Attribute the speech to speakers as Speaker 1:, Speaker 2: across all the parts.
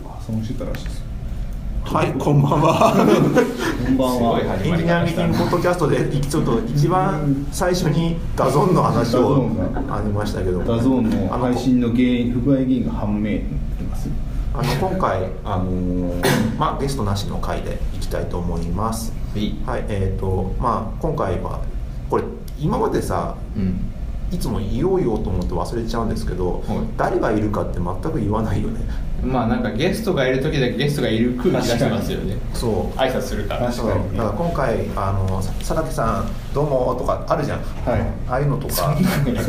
Speaker 1: 破損してたらしいです
Speaker 2: はい、こんばんは。
Speaker 1: こんばんは
Speaker 3: すごい
Speaker 2: エンジニアミーティングポッドキャストで、ちょっと一番最初にダゾーンの話を
Speaker 1: ダゾーン
Speaker 2: ありましたけど。
Speaker 1: ダゾーンの
Speaker 2: あ
Speaker 1: 配信の原因不具合原因が判明ってます
Speaker 2: あの今回、あのーまあ、ゲストなしの回でいきたいと思います。
Speaker 3: い
Speaker 2: はいえーとまあ、今回はこれ今までさ
Speaker 3: うん
Speaker 2: いつも言おう言おうと思って忘れちゃうんですけど、
Speaker 3: はい
Speaker 2: 誰がいるかって全く言わないよね
Speaker 3: まあなんかゲストがいる時だけゲストがいる空気出してますよね
Speaker 2: そう
Speaker 3: 挨拶するから
Speaker 1: 確かにね
Speaker 2: だから今回あの「佐竹さんどうも」とかあるじゃん、
Speaker 1: はい
Speaker 2: ああいうのとか
Speaker 1: そ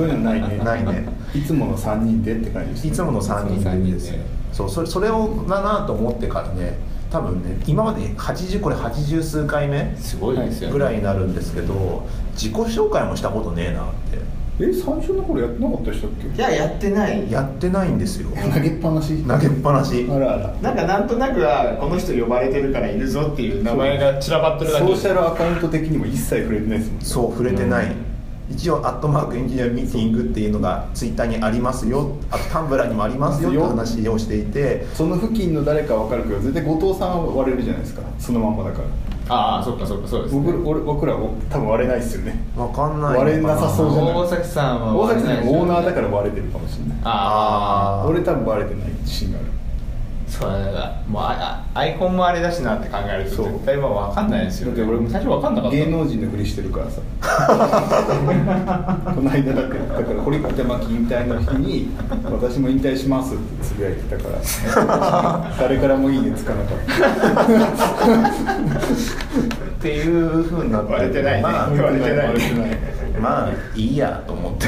Speaker 1: ういうのないね
Speaker 2: ないね
Speaker 1: いつもの3人でって感じです
Speaker 2: いつもの3人でです
Speaker 3: そ
Speaker 2: そ
Speaker 3: う三人で
Speaker 2: うそれそれをだなと思ってからね多分ね今まで80これ80数回目
Speaker 3: すごいですよね
Speaker 2: ぐらいになるんですけど自己紹介もしたことねえなっ
Speaker 1: え最初の頃やってなかったでしたっ
Speaker 4: いややってない
Speaker 2: てやってないんですよ
Speaker 1: け投げっぱなし
Speaker 2: 投げっぱなし
Speaker 1: あらあら
Speaker 4: なんかなんとなくはこの人呼ばれてるからいるぞっていう名
Speaker 3: 名
Speaker 4: 前
Speaker 3: 前
Speaker 4: が
Speaker 3: が散らばってるだけ
Speaker 1: ソーシャルアカウント的にも一切触れてないですもんね
Speaker 2: そう触れてない、
Speaker 3: うん
Speaker 2: 一応「アットマークエンジニアミーティング」っていうのがツイッターにありますよあとタンブラーにもありますよって話をしていて
Speaker 1: その付近の誰かわかるけど絶対後藤さんは割れるじゃないですかそのまんまだから
Speaker 3: ああそっかそっかそうです、ね、
Speaker 1: 僕俺僕らは多分割れないですよね
Speaker 2: 分かんないのか
Speaker 1: 割れなさそうじゃない
Speaker 3: 大崎さんは
Speaker 1: 大崎さん
Speaker 3: 割れないですよね
Speaker 1: オーナーだから割れてるかもしれない
Speaker 3: ああ
Speaker 2: あー
Speaker 1: 俺多分割れてない自信がある
Speaker 3: そうだなもうああアイコンもあれだしなって考える
Speaker 1: そ
Speaker 3: と
Speaker 1: う
Speaker 3: 絶対まあ分かんないですよ、
Speaker 1: だって俺も
Speaker 3: 最初分かんなかった
Speaker 1: 芸能人のふりしてるからさ この間だけだから堀北真希引退の日に「私も引退します」ってつぶやいてたから 誰からも「いいね」つかなかった
Speaker 2: っていうふうになって
Speaker 4: 割れてないね
Speaker 2: まあ
Speaker 4: 言われてない
Speaker 1: 割れてない
Speaker 2: まあいいやと思って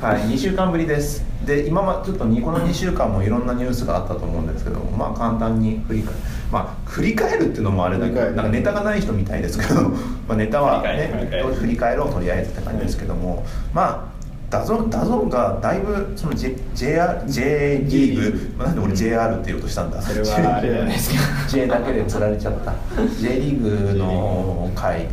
Speaker 2: はい2週間ぶりですで今まちょっとにこの2週間もいろんなニュースがあったと思うんですけどもまあ簡単に振り返まあ振り返るっていうのもあれだけど
Speaker 1: 振り
Speaker 2: な
Speaker 1: 返る
Speaker 2: んかネタがない人みたいですけどまあネタはね
Speaker 3: 振り
Speaker 2: 振
Speaker 3: 返
Speaker 2: り
Speaker 3: る
Speaker 2: 返ろうとりあえずって感じですけどもまあダゾダゾーンがだいぶその J JR J リーグ、まあ、なんで俺 JR って言おうとしたんだ
Speaker 1: それはあれじゃないです
Speaker 2: か J だけで釣られちゃった J リーグの回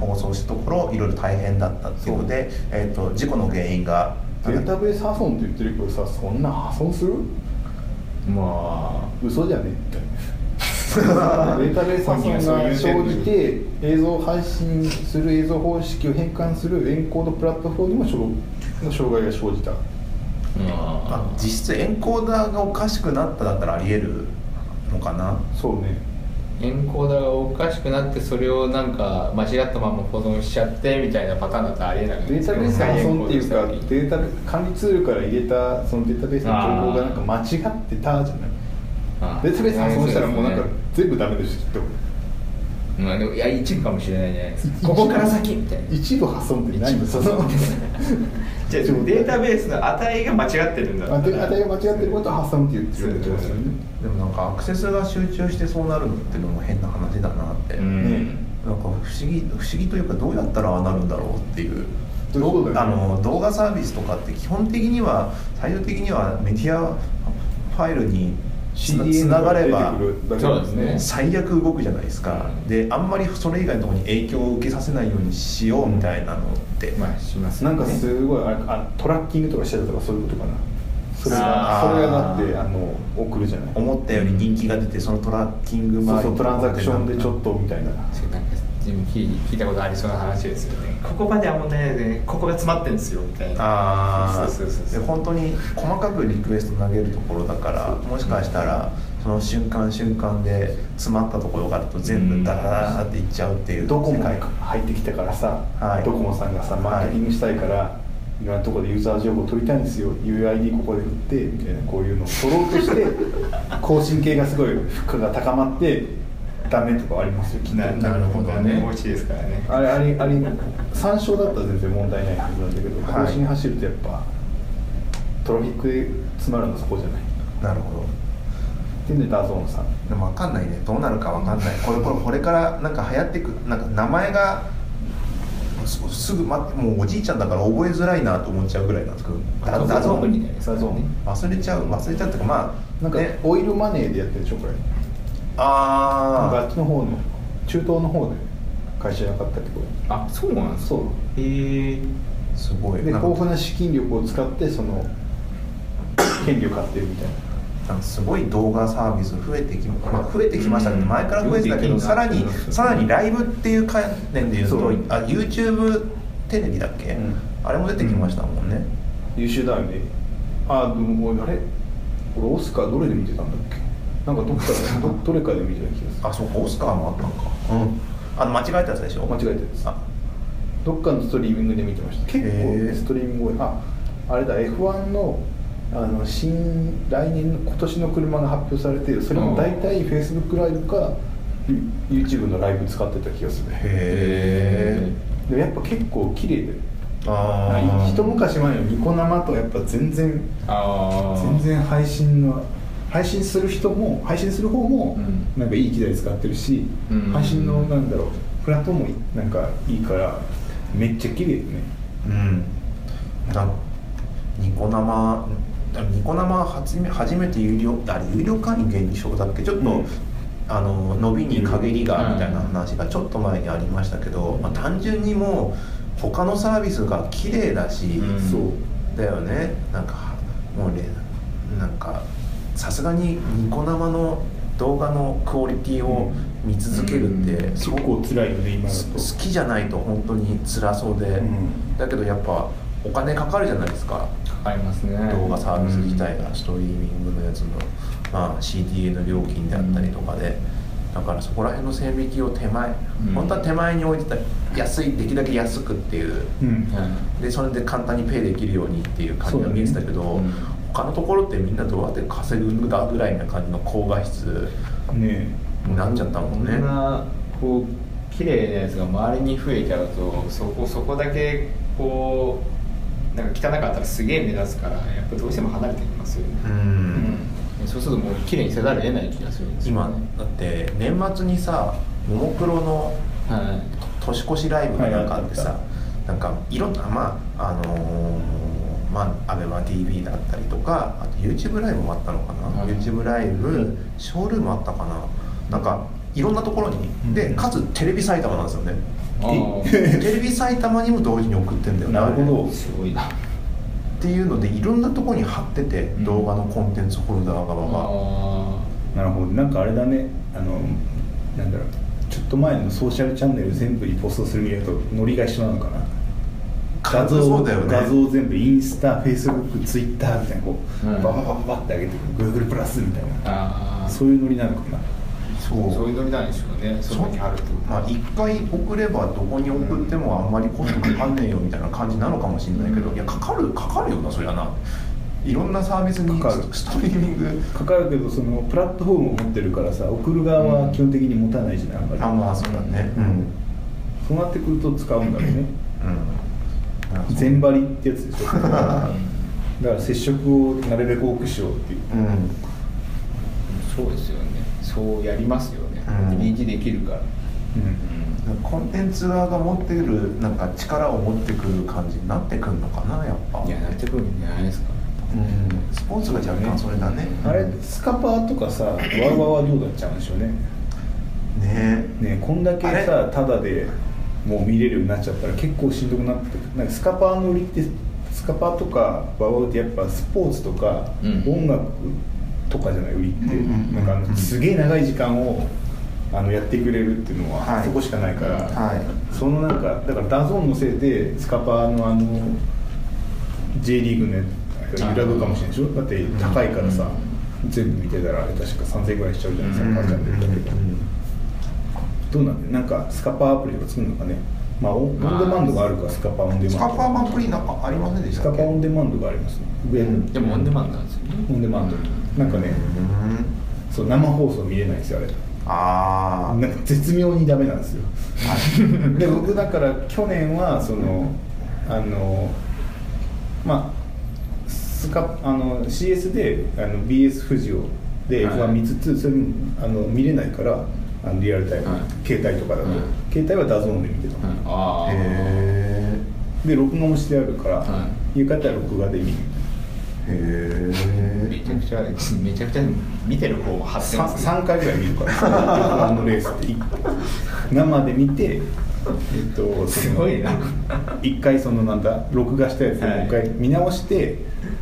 Speaker 2: 放送したところいろいろ大変だったっていうので、えー、と事故の原因が
Speaker 1: データベース破損って言ってるけどさそんな破損する
Speaker 3: ま
Speaker 1: 嘘じゃねえってデ ータベース破損が生じて映像配信する映像方式を変換するエンコードプラットフォームにも障障害が生じた
Speaker 3: あま
Speaker 2: まあ、実質エンコーダーがおかしくなっただったらありえるのかな
Speaker 1: そうね
Speaker 3: エンコーダーがおかしくなってそれをなんか間違ったまま保存しちゃってみたいなパターンだったらありえなくない
Speaker 1: データベース破損っていうかデータベ管理ツールから入れたそのデータベースの情報がなんか間違ってたじゃないデータベース破損したらもうなんか全部ダメですって
Speaker 3: まあでもいや一部かもしれないじゃないですかここから先みたいな
Speaker 1: 一部破損って何
Speaker 3: 一部
Speaker 1: そ
Speaker 3: 破
Speaker 1: の
Speaker 3: 損
Speaker 4: じゃあデータベースの値が間違ってるんだ
Speaker 1: あ
Speaker 4: った
Speaker 1: て
Speaker 4: ら
Speaker 1: あてが間違ってることは破損って言ってるような気がするね
Speaker 2: でもなんかアクセスが集中してそうなるのってのも変な話だなって、
Speaker 3: うん
Speaker 2: なんか不思議不思議というかどうやったらああなるんだろうっていう
Speaker 1: そういうことだ
Speaker 2: あ
Speaker 1: よね
Speaker 2: の動画サービスとかって基本的には最終的にはメディアファイルにつな
Speaker 1: CDN
Speaker 2: つながれば
Speaker 1: が出てくるだけ
Speaker 3: そうですね
Speaker 2: 最悪動くじゃないですかであんまりそれ以外のところに影響を受けさせないようにしようみたいなのって、
Speaker 3: まあします
Speaker 1: なんかすごいあれあトラッキングとかしてたとかそういうことかなそれが
Speaker 2: あー
Speaker 1: それがだってあの送るじゃない
Speaker 2: 思ったより人気が出てそのトラッキング
Speaker 1: そう
Speaker 2: 周り
Speaker 1: そう
Speaker 2: の
Speaker 1: トランザクションでちょ
Speaker 2: と
Speaker 1: っとみたいな
Speaker 3: なんか自分聞い聞いたことありそうな話ですよね
Speaker 4: ここまでは問題ないでねここが詰まってるんですよみたいな
Speaker 2: ああ
Speaker 4: そうそうそうそう
Speaker 2: で本当に細かくリクエスト投げるところだからもしかしたらその瞬間瞬間で詰まったところがあると全部ダラダラっていっちゃうっていう
Speaker 1: ドコモ
Speaker 2: 世
Speaker 1: が
Speaker 2: 界観
Speaker 1: 入ってきたからさ、
Speaker 2: はい
Speaker 1: ドコモさんがさマーケティングしたいから、い、ろんなところでユーザー情報取りたいんですよ UID ここで売ってみたいなこういうのを取ろうとして更新系がすごい負荷が高まってダメとかありますよきっと
Speaker 4: ななるほどね美味しいですからね
Speaker 1: あれあれあれ参照だったら全然問題ないはずなんだけど
Speaker 2: はい
Speaker 1: 更新走るとやっぱトラフィックで詰まるのそこじゃない
Speaker 2: なるほど
Speaker 1: っていうのでダゾーンさん
Speaker 2: でも分かんないねどうなるか分かんないこれこれこれからなんか流行ってくなんか名前がすすぐ待ってもうおじいちゃんだから覚えづらいなと思っちゃうぐらいなんですけどダダゾーン
Speaker 3: になり
Speaker 1: ダゾーン
Speaker 2: 忘れちゃう忘れちゃうっていうかまあ
Speaker 1: なんか
Speaker 2: ね
Speaker 1: オイルマネーでやってるでしょこれなんかあ
Speaker 2: あ
Speaker 1: っちの方の中東の方で会社なかったけど
Speaker 3: あそうなんですか
Speaker 1: そ
Speaker 3: へえ
Speaker 2: あすご
Speaker 1: う
Speaker 2: い
Speaker 1: で
Speaker 2: なん
Speaker 1: 豊
Speaker 2: か
Speaker 1: 富な資金力を使ってその権利を買ってるみたいな
Speaker 2: なんかすごい動画サービス増えてき,、まあ、増えてきましたけど、
Speaker 1: うん
Speaker 2: 前から増えてた
Speaker 1: 増えてきて
Speaker 2: け
Speaker 1: る
Speaker 2: ど
Speaker 1: な
Speaker 2: さらにさらにライブっていう観念で言うと
Speaker 1: そう
Speaker 2: あ YouTube テレビだっけ、
Speaker 1: うん
Speaker 2: あれも出てきましたもんね、
Speaker 1: 優秀だよねあでも俺あれ俺オスカーどれで見てたんだっけなんかどっ かどどれかで見てた気がする
Speaker 2: あそうかオスカーもあったのかうんあの間違えたやつでしょ
Speaker 1: 間違えたやつ
Speaker 2: あ
Speaker 1: どっかのストリーミングで見てました結
Speaker 2: へ
Speaker 1: 構
Speaker 2: ー
Speaker 1: ストリーミング多いああれだ F1 のあの新来年の今年の車が発表されてそれも大体 Facebook ライブか YouTube のライブ使ってた気がする
Speaker 2: へ
Speaker 1: でもやっぱ結構綺麗で
Speaker 2: えああ
Speaker 1: 一昔前のニコ生とやっぱ全然
Speaker 3: ああ
Speaker 1: 全然配信の配信する人も配信する方も
Speaker 3: うん
Speaker 1: なんかいい機材使ってるし、
Speaker 3: うん
Speaker 1: 配信のなんだろうプラットフォームもなんかいいからめっちゃ綺麗だね
Speaker 2: うんなんニコ生ニコ生初め初めて有料あれ有料会員減少だっけちょっと、
Speaker 1: うん
Speaker 2: あの伸びに陰りが
Speaker 3: うん
Speaker 2: みたいな話がちょっと前にありましたけど、まあ、単純にもう他のサービスが綺麗だし、
Speaker 3: うん
Speaker 1: そう
Speaker 2: だよねなんかもうねなんかさすがにニコ生の動画のクオリティを見続けるって、
Speaker 3: うん
Speaker 1: 結
Speaker 2: すご
Speaker 1: 構
Speaker 2: く
Speaker 1: 辛いよね今だ
Speaker 2: す
Speaker 1: と
Speaker 2: 好きじゃないと本当に辛そうで、
Speaker 1: うん
Speaker 2: だけどやっぱお金かかるじゃないですか、
Speaker 3: かかりますね
Speaker 2: 動画サービス自体が、ストリーミングのやつの、まあ、CDA の料金であったりとかで、だからそこら辺の線引きを手前、
Speaker 3: うん
Speaker 2: 本当は手前に置いてた安いできるだけ安くっていう
Speaker 1: うん
Speaker 3: うんうん
Speaker 2: でそれで簡単にペイできるようにっていう感じが見えてたけど、
Speaker 3: そうだね
Speaker 2: 他のところってみんなどうやって稼ぐんだぐらいな感じの高画質
Speaker 1: ね
Speaker 2: になっちゃったも
Speaker 3: こ
Speaker 2: んね。
Speaker 3: んなこう綺麗なやつが周りに増えちゃうと
Speaker 4: そこそこだけこうなんか汚かったらすげえ目立つからやっぱどうしても離れてきますよね、
Speaker 2: う
Speaker 4: うんん
Speaker 3: そうするともう綺麗にせざるを得ない気がするんですよ
Speaker 2: 今だって年末にさももクロの
Speaker 3: は
Speaker 2: 年越しライブがなんかあって
Speaker 1: はい
Speaker 2: さなんかいろんなまああのーまあアベマ t v だったりとかあと YouTube ライブもあったのかな、
Speaker 3: はい
Speaker 2: YouTube ライブショールームあったかななんかいろんなところに、
Speaker 1: うん
Speaker 2: でかつテレビ埼玉なんですよね
Speaker 3: い
Speaker 2: テレビ埼玉にも同時に送ってんだよね
Speaker 1: なるほど
Speaker 3: ああすごいな
Speaker 2: っていうのでいろんなところに貼ってて、
Speaker 3: ん
Speaker 2: 動画のコンテンツフォルダー側が、
Speaker 3: あ
Speaker 1: なるほどなんかあれだねあのなんだろうちょっと前のソーシャルチャンネル全部にポストするみたいなとノリが一緒なのかな画像
Speaker 2: そうだよね
Speaker 1: 画像を全部インスタフェイスブックツイッターみたいなこう、
Speaker 3: うん
Speaker 1: バババババって上げてくる Google プラスみたい
Speaker 3: ー
Speaker 1: な
Speaker 3: あー
Speaker 1: そういうノリなのかな
Speaker 2: そう
Speaker 4: そういうノリなんでしょうねそこにあると
Speaker 2: まあ、1回送ればどこに送ってもあんまりコストかかんねえよみたいな感じなのかもしれないけど、いやかかるかかるよなそりゃないろんなサービスに
Speaker 1: かかる
Speaker 2: ストリーミング
Speaker 1: かかるけどそのプラットフォームを持ってるからさ送る側は基本的に持たないじゃないあんまり
Speaker 2: あまあそうだねうん、
Speaker 1: そうなってくると使うんだろうね
Speaker 2: うん、
Speaker 1: 全張りってやつ でしょだから接触をなるべく多くしようっていう
Speaker 2: うん
Speaker 3: そうですよねそうやりますよね
Speaker 2: うん
Speaker 3: リーチできるから
Speaker 2: コンテンツ側が持ってるなんか力を持ってくる感じになってくるのかなやっぱ
Speaker 3: いやなってくるんじゃないですか
Speaker 2: うん、スポーツが若干それだね
Speaker 1: あれスカパーとかさワウワウはどうなっちゃうんでしょうね
Speaker 2: ね
Speaker 1: ねこんだけ
Speaker 2: あれ
Speaker 1: さタダでもう見れるようになっちゃったら結構しんどくなってくるなんかスカパーの売りってスカパーとかババウってやっぱスポーツとか、
Speaker 3: うん
Speaker 1: 音楽とかじゃない売りって、
Speaker 2: うんうんうん
Speaker 1: なんかあのすげえ長い時間をあのやってくれるっていうのは、
Speaker 2: はい
Speaker 1: そこしかないから、
Speaker 2: はい
Speaker 1: そのなんかだからダゾーンのせいでスカパーのあの J リーグのやつ揺らぐかもしれないでしょだって高いからさ、全部見てたらあれ確か3000円ぐらいしちゃうじゃないですか、母ちゃんでだけど、どうなんだよなんかスカパーアプリとか作るのかねまあオンオンデマンドがあるからスカパーオンデマンド
Speaker 2: スカパーマンプリなんかありませんでし
Speaker 1: ス
Speaker 2: た
Speaker 1: カ
Speaker 2: っ
Speaker 1: パ
Speaker 2: け
Speaker 1: ーオンデマンドがありますね上の
Speaker 2: うん
Speaker 3: でもオンデマンドなんですよね
Speaker 1: オンデマンドなんかね
Speaker 2: うん
Speaker 1: そう生放送見れないんですよあれ
Speaker 2: ああ
Speaker 1: なんか絶妙にダメなんですよで僕だから去年はそのあのまあスカあの CS であの BS 富士をで
Speaker 3: はい
Speaker 1: F1 見つつ、それあの見れないからあのリアルタイム、
Speaker 3: はい
Speaker 1: 携帯とかだと、
Speaker 3: はい
Speaker 1: 携帯はダゾーンで見てた、
Speaker 3: うんああ
Speaker 2: へ
Speaker 1: で録画もしてあるから、
Speaker 3: は
Speaker 1: 家帰ったら録画で見る
Speaker 2: えへ
Speaker 3: め
Speaker 2: え
Speaker 3: ちゃくちゃめちゃくちゃ見てる方が張って
Speaker 1: さ
Speaker 3: ますね
Speaker 1: 3回ぐらい見るからあのレースって生で見てえっとその
Speaker 4: すごいな
Speaker 1: 一回そのなんだ録画したやつを
Speaker 4: はい
Speaker 1: もう一回見直して、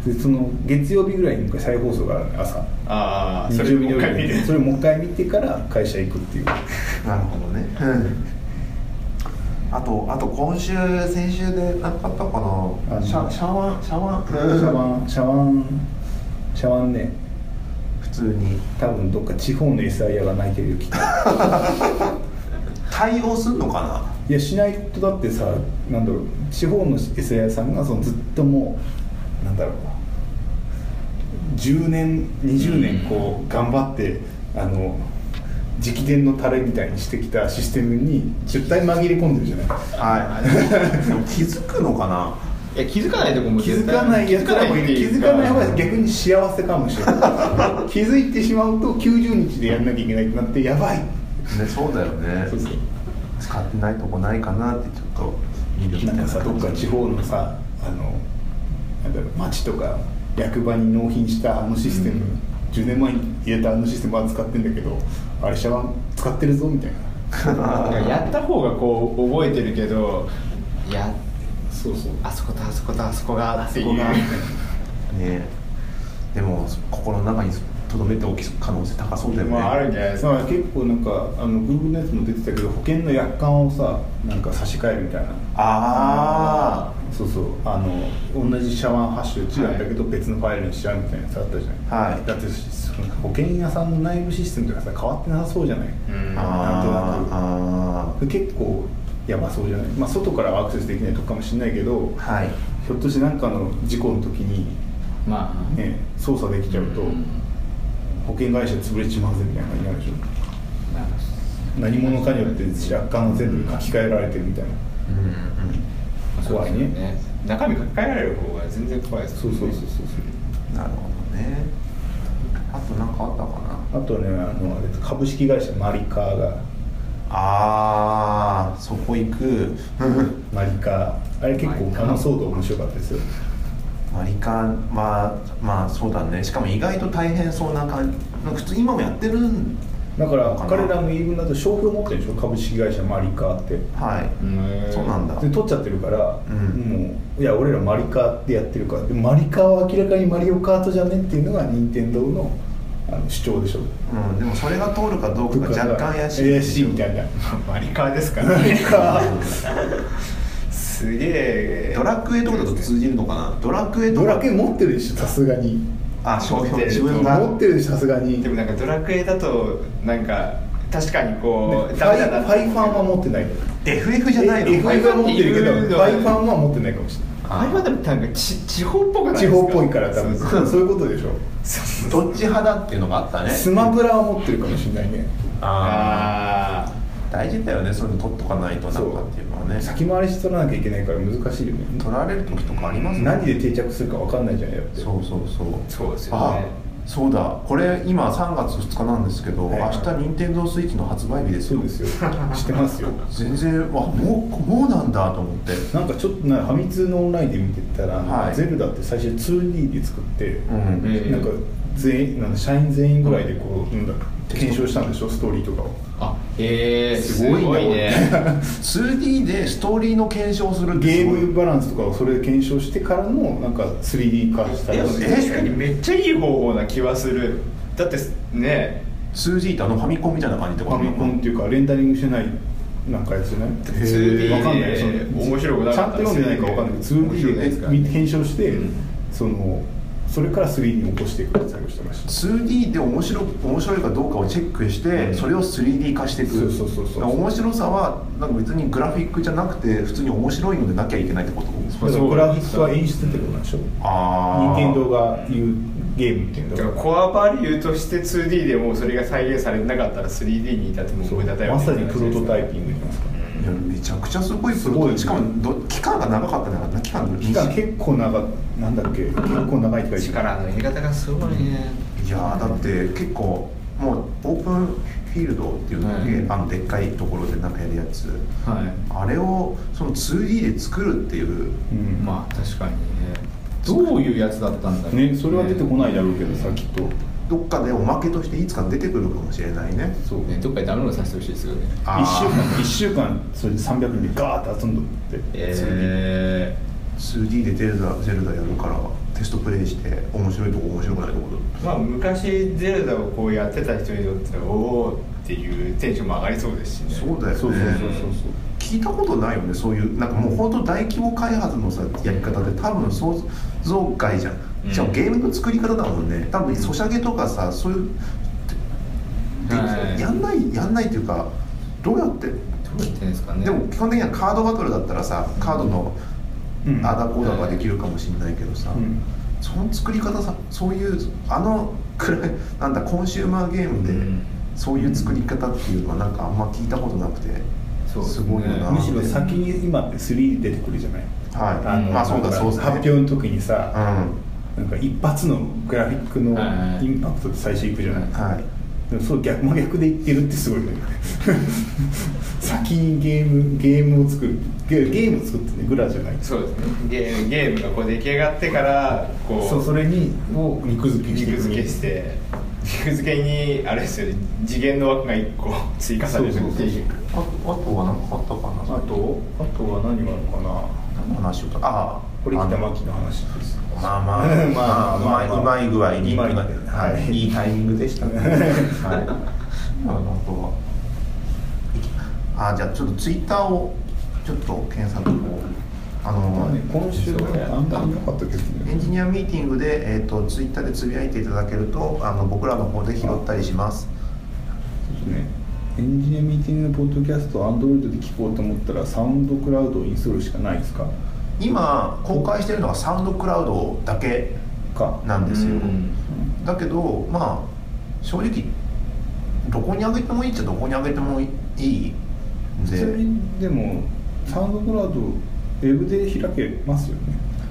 Speaker 1: でその月曜日ぐらいにもう一回再放送があるの朝
Speaker 4: ああそれ
Speaker 1: 20秒
Speaker 4: もう
Speaker 1: ぐ
Speaker 4: 一
Speaker 1: ら
Speaker 4: 回
Speaker 1: い
Speaker 4: 見
Speaker 1: に
Speaker 4: る
Speaker 1: それをもう一回見てから会社行くっていう
Speaker 2: なるほどね、あとあと今週先週で何かあったか
Speaker 1: あ
Speaker 2: な
Speaker 1: の
Speaker 2: シャシャワンシャワン
Speaker 1: シャワンシャワンシャワンね
Speaker 2: 普通に
Speaker 1: 多分どっか地方の SIR が泣いてるよきっと
Speaker 2: 対応すんのかない
Speaker 1: やしないとだってさなんだろう地方の SIR さんがそのずっともうなんだろう10年20年こう頑張ってあの直伝のタレみたいにしてきたシステムに絶対紛れ込んでるじゃない
Speaker 2: はいでも気づくのかない
Speaker 3: や気づかないとこも
Speaker 1: 気
Speaker 3: 絶
Speaker 1: づ
Speaker 3: 対
Speaker 1: かないやつらもいる気づかない方が逆に幸せかもしれない気づいてしまうと90日でやんなきゃいけないってなってやばい
Speaker 2: ね、そうだよね
Speaker 3: そうそう
Speaker 2: 使ってないとこないかなってちょっと見るみた
Speaker 1: ないん
Speaker 2: な
Speaker 1: かさどっか地方のさあのなんだろう町とか役場に納品したあのシステム、
Speaker 2: うん
Speaker 1: 10年前に入れたあのシステムは使ってんだけどあれシャワン使ってるぞみたいな
Speaker 4: なんかやった方がこう覚えてるけど
Speaker 3: いや
Speaker 1: そうそう
Speaker 3: あそことあそことあそこがってい
Speaker 1: そこ
Speaker 3: う
Speaker 1: が
Speaker 2: ねでも心の中に留めておき可能性高そうだよね、
Speaker 4: まああるんじゃないですか
Speaker 1: まあ結構なんかあの Google のやつも出てたけど保険の約款をさなんか差し替えるみたいな
Speaker 2: あ
Speaker 1: そうそうあの同じシャワンハッシュ違うんだけど、別のファイルにしちゃうみたいなやつあったじゃない、
Speaker 2: はい
Speaker 1: だってその保険屋さんの内部システムとかさ変わってなさそうじゃない、
Speaker 4: うん
Speaker 2: ー
Speaker 1: なんとなく
Speaker 2: あー
Speaker 1: 結構やばそうじゃない、まあ、外からはアクセスできないとこかもしれないけど
Speaker 2: あーはい
Speaker 1: ひょっとして何かの事故の時に、
Speaker 3: まあ
Speaker 1: ね、操作できちゃうと保険会社潰れちまうぜみたいな感じになるでしょ
Speaker 3: なんか
Speaker 1: 何者かによって若干全部書き換えられてるみたいな
Speaker 2: うんうん
Speaker 1: 怖いね
Speaker 4: 中身書き換えられる方が全然怖いです
Speaker 1: そうそうそうそう
Speaker 2: なるほどねあと何かあったかな
Speaker 1: あとねあのあれ株式会社マリカーが
Speaker 2: ああそこ行く
Speaker 1: マリカーあれ結構
Speaker 2: マリカ
Speaker 1: あの騒動面白かったですよ
Speaker 2: マリカンまあまあそうだねしかも意外と大変そうな感じなんか普通今もやってるん
Speaker 1: だから
Speaker 2: かな
Speaker 1: 彼らの言い分だと商標持ってるでしょ株式会社マリカーって
Speaker 2: はい、
Speaker 4: ん
Speaker 2: そうなんだ
Speaker 1: で取っちゃってるから、
Speaker 2: うん
Speaker 1: もういや俺らマリカーってやってるからでもマリカーは明らかにマリオカートじゃねっていうのが任天堂のあの主張でしょ
Speaker 2: うん、でもそれが通るかどうかが若干怪しい
Speaker 1: 怪しいみたいな
Speaker 4: マリカーですからね すげえ
Speaker 2: ドラクエとかだと通じるのかなドラクエとか
Speaker 1: ドラクエ持ってるでしょさすがに
Speaker 2: あ商標自分が
Speaker 1: 持ってるでしょさすがに
Speaker 4: でもなんかドラクエだとなんか確かにこう
Speaker 1: フ
Speaker 4: ダ
Speaker 1: ァ
Speaker 4: メ
Speaker 1: イフ
Speaker 4: だ
Speaker 1: ァ
Speaker 4: な
Speaker 1: イファンは持ってないの
Speaker 2: FF じゃないの
Speaker 1: FF は持ってるけど
Speaker 4: ファイ
Speaker 1: フ
Speaker 4: ファンっていうのは
Speaker 1: ァイファンは持ってないかもしれ
Speaker 4: あれはでもなんかち地方っぽくない
Speaker 1: ない
Speaker 4: で
Speaker 1: 地
Speaker 4: すか
Speaker 1: 方っぽいから多分
Speaker 4: そ
Speaker 1: そ
Speaker 4: うそう
Speaker 1: うそういうことでしょ
Speaker 2: どっち派だっていうのがあったね
Speaker 1: スマブラは持ってるかもしれないね
Speaker 2: あ
Speaker 4: ああ
Speaker 2: ー大事だよねそういうの取っとかないとなんかっていうのはね
Speaker 1: 先回りしとらなきゃいけないから難しいよね
Speaker 2: 取られる時とかありますね
Speaker 1: 何で定着するか分かんないじゃないだって
Speaker 2: そうそうそう
Speaker 4: そうですよ
Speaker 2: あ
Speaker 4: ね
Speaker 2: そうだこれ今3月2日なんですけど、
Speaker 1: はい
Speaker 2: 明日任天堂スイッチの発売日です
Speaker 1: そ
Speaker 2: よ
Speaker 1: うですよ知ってますよ
Speaker 2: 全然わもうもうなんだと思って
Speaker 1: なんかちょっとなファミ通のオンラインで見てたら、
Speaker 2: はい
Speaker 1: ゼルダって最初 2D で作って、
Speaker 2: うん
Speaker 3: ええ
Speaker 1: なんか全員なんか社員全員ぐらいでこう、なんだ検証したんでしょストーリーとかを
Speaker 3: あへえ
Speaker 1: すごいな
Speaker 3: ね
Speaker 2: 2D でストーリーの検証するって
Speaker 1: ゲ
Speaker 2: す
Speaker 1: ー
Speaker 2: ごい
Speaker 1: ムバランスとかをそれで検証してからのなんか 3D 化した
Speaker 4: い や
Speaker 1: らしい
Speaker 2: え
Speaker 4: 確かにめっちゃいい方法な気はするだってね
Speaker 2: 2D ってあのファミコンみたいな感じって
Speaker 1: フ
Speaker 2: こと
Speaker 1: ァミコンっていうかレンダリングしてないなんかやつじゃない
Speaker 4: へー
Speaker 1: わかんないその
Speaker 4: 面白くな
Speaker 1: ち
Speaker 4: か
Speaker 1: ゃん
Speaker 4: った
Speaker 1: と読んでないかわかんないけど 2D
Speaker 4: 面白い
Speaker 1: で
Speaker 4: ですからね
Speaker 1: 検証して、
Speaker 4: うん
Speaker 1: そのそれから 3D に起こしていく作業してました
Speaker 2: 2D で面白く面白いかどうかをチェックして、それを 3D 化していく
Speaker 1: そうそうそうそう
Speaker 2: だから面白さはなんか別にグラフィックじゃなくて普通に面白いのでなきゃいけないってこと
Speaker 1: だからグラフィックは演出ってことなんでしょ
Speaker 2: ああ
Speaker 1: 任天堂が言うゲームっていうの
Speaker 4: だから
Speaker 1: が
Speaker 4: コアバリューとして 2D でもうそれが再現されてなかったら 3D にいたってもう無駄だよ
Speaker 1: ま
Speaker 4: ね
Speaker 1: さにプロトタイピングじゃないですか
Speaker 2: いやめちゃくちゃすごいプロ
Speaker 1: すごい
Speaker 2: しかもど期間が長かったんだからな期間の
Speaker 1: 期間結構長なんだっけ結構長いって書いてある
Speaker 3: 力の入れ方がすごいね
Speaker 2: いやーだって結構もうオープンフィールドっていうので、
Speaker 3: はい
Speaker 2: あのでっかいところでなんかやるやつ
Speaker 3: はい
Speaker 2: あれをその 2D で作るっていう
Speaker 1: うん
Speaker 3: まあ確かにねどういうやつだったんだろう
Speaker 1: ねそれは出てこないだろうけどさきっと
Speaker 2: どっかでおまけとしていつか出てくるかもしれないね
Speaker 1: そう
Speaker 3: ね、どっかでダウンロードさせてほしいですよね
Speaker 2: あー
Speaker 1: 1週間一週間それで300人でガーッて遊んどって、
Speaker 3: え
Speaker 2: 2D でゼルダゼルダやるからテストプレイして面白いとこ面白くないとこ
Speaker 4: まあ昔ゼルダをこうやってた人にとってはおおっていうテンションも上がりそうですしね
Speaker 2: そうだよね
Speaker 1: そうそうそうそう
Speaker 2: 聞いたことないよねそういうなんかもう本当大規模開発のさやり方で多分想像外じゃ
Speaker 3: うん
Speaker 2: んしかもゲームの作り方だもんね多分ソシャゲとかさそういうで
Speaker 3: はい
Speaker 2: やんないやんないっていうかどうやって
Speaker 3: ー、どうやってんですかね
Speaker 2: でも基本的にはカードバトルだったらさカードの
Speaker 1: うん
Speaker 2: あだこうだができるかもしれないけどさ、
Speaker 1: うん
Speaker 2: その作り方さそういうあのくらいなんだコンシューマーゲームで、
Speaker 3: うん
Speaker 2: そういう作り方っていうのはなんかあんま聞いたことなくて
Speaker 3: そうです
Speaker 2: す
Speaker 3: ね
Speaker 2: ごいよな
Speaker 1: むしろ先に今って3出てくるじゃない
Speaker 2: は
Speaker 1: あの
Speaker 2: いまあそうだそうだ、ね、
Speaker 1: 発表の時に
Speaker 2: うん
Speaker 1: さ、
Speaker 2: は
Speaker 1: なんか一発のグラフィックの
Speaker 3: はい
Speaker 1: インパクトで最初いくじゃない、
Speaker 2: い
Speaker 1: でもそう逆真逆で言ってるってすごいね 先にゲームゲームを作るゲゲームを作ってねグラじゃない
Speaker 4: そうですねゲーゲームがこう出来上がってからこう
Speaker 1: そうそれにを肉付けして
Speaker 4: 肉
Speaker 1: いく
Speaker 4: 付けして肉付けにあれですよね次元の枠が1個追加されるって
Speaker 1: そうそう
Speaker 4: いう
Speaker 2: あとあとは何かあった
Speaker 1: あ
Speaker 2: かな
Speaker 1: とあとは何があるかな
Speaker 2: 何の話をとああ
Speaker 1: これ北
Speaker 2: あの
Speaker 1: 牧の話です
Speaker 2: まあまあ
Speaker 1: まあまあ
Speaker 2: うまいうまい具合に
Speaker 1: うまい
Speaker 2: はい、いいタイミングで したねはいあとはいきあじゃあちょっとツイッターをちょっと検索をあ
Speaker 1: ま
Speaker 2: の
Speaker 1: あね今週はあんまりなかったけど
Speaker 2: エ
Speaker 1: ね
Speaker 2: ンジニアミーティングで、えー、とツイッターでつぶやいていただけるとあの僕らの方で拾ったりします
Speaker 1: ねエンジニアミーティングのポッドキャストを Android で聞こうと思ったらサウンドクラウドをインストールしかないですか
Speaker 2: 今公開してるのはサウンドクラウドだけ
Speaker 1: か
Speaker 2: なんですよ、
Speaker 3: うん
Speaker 2: だけどまあ正直どこに上げてもいいっちゃどこに上げてもいいん
Speaker 1: ちなみ
Speaker 2: で
Speaker 1: にでもサウンドクラウドウェブで開けますよね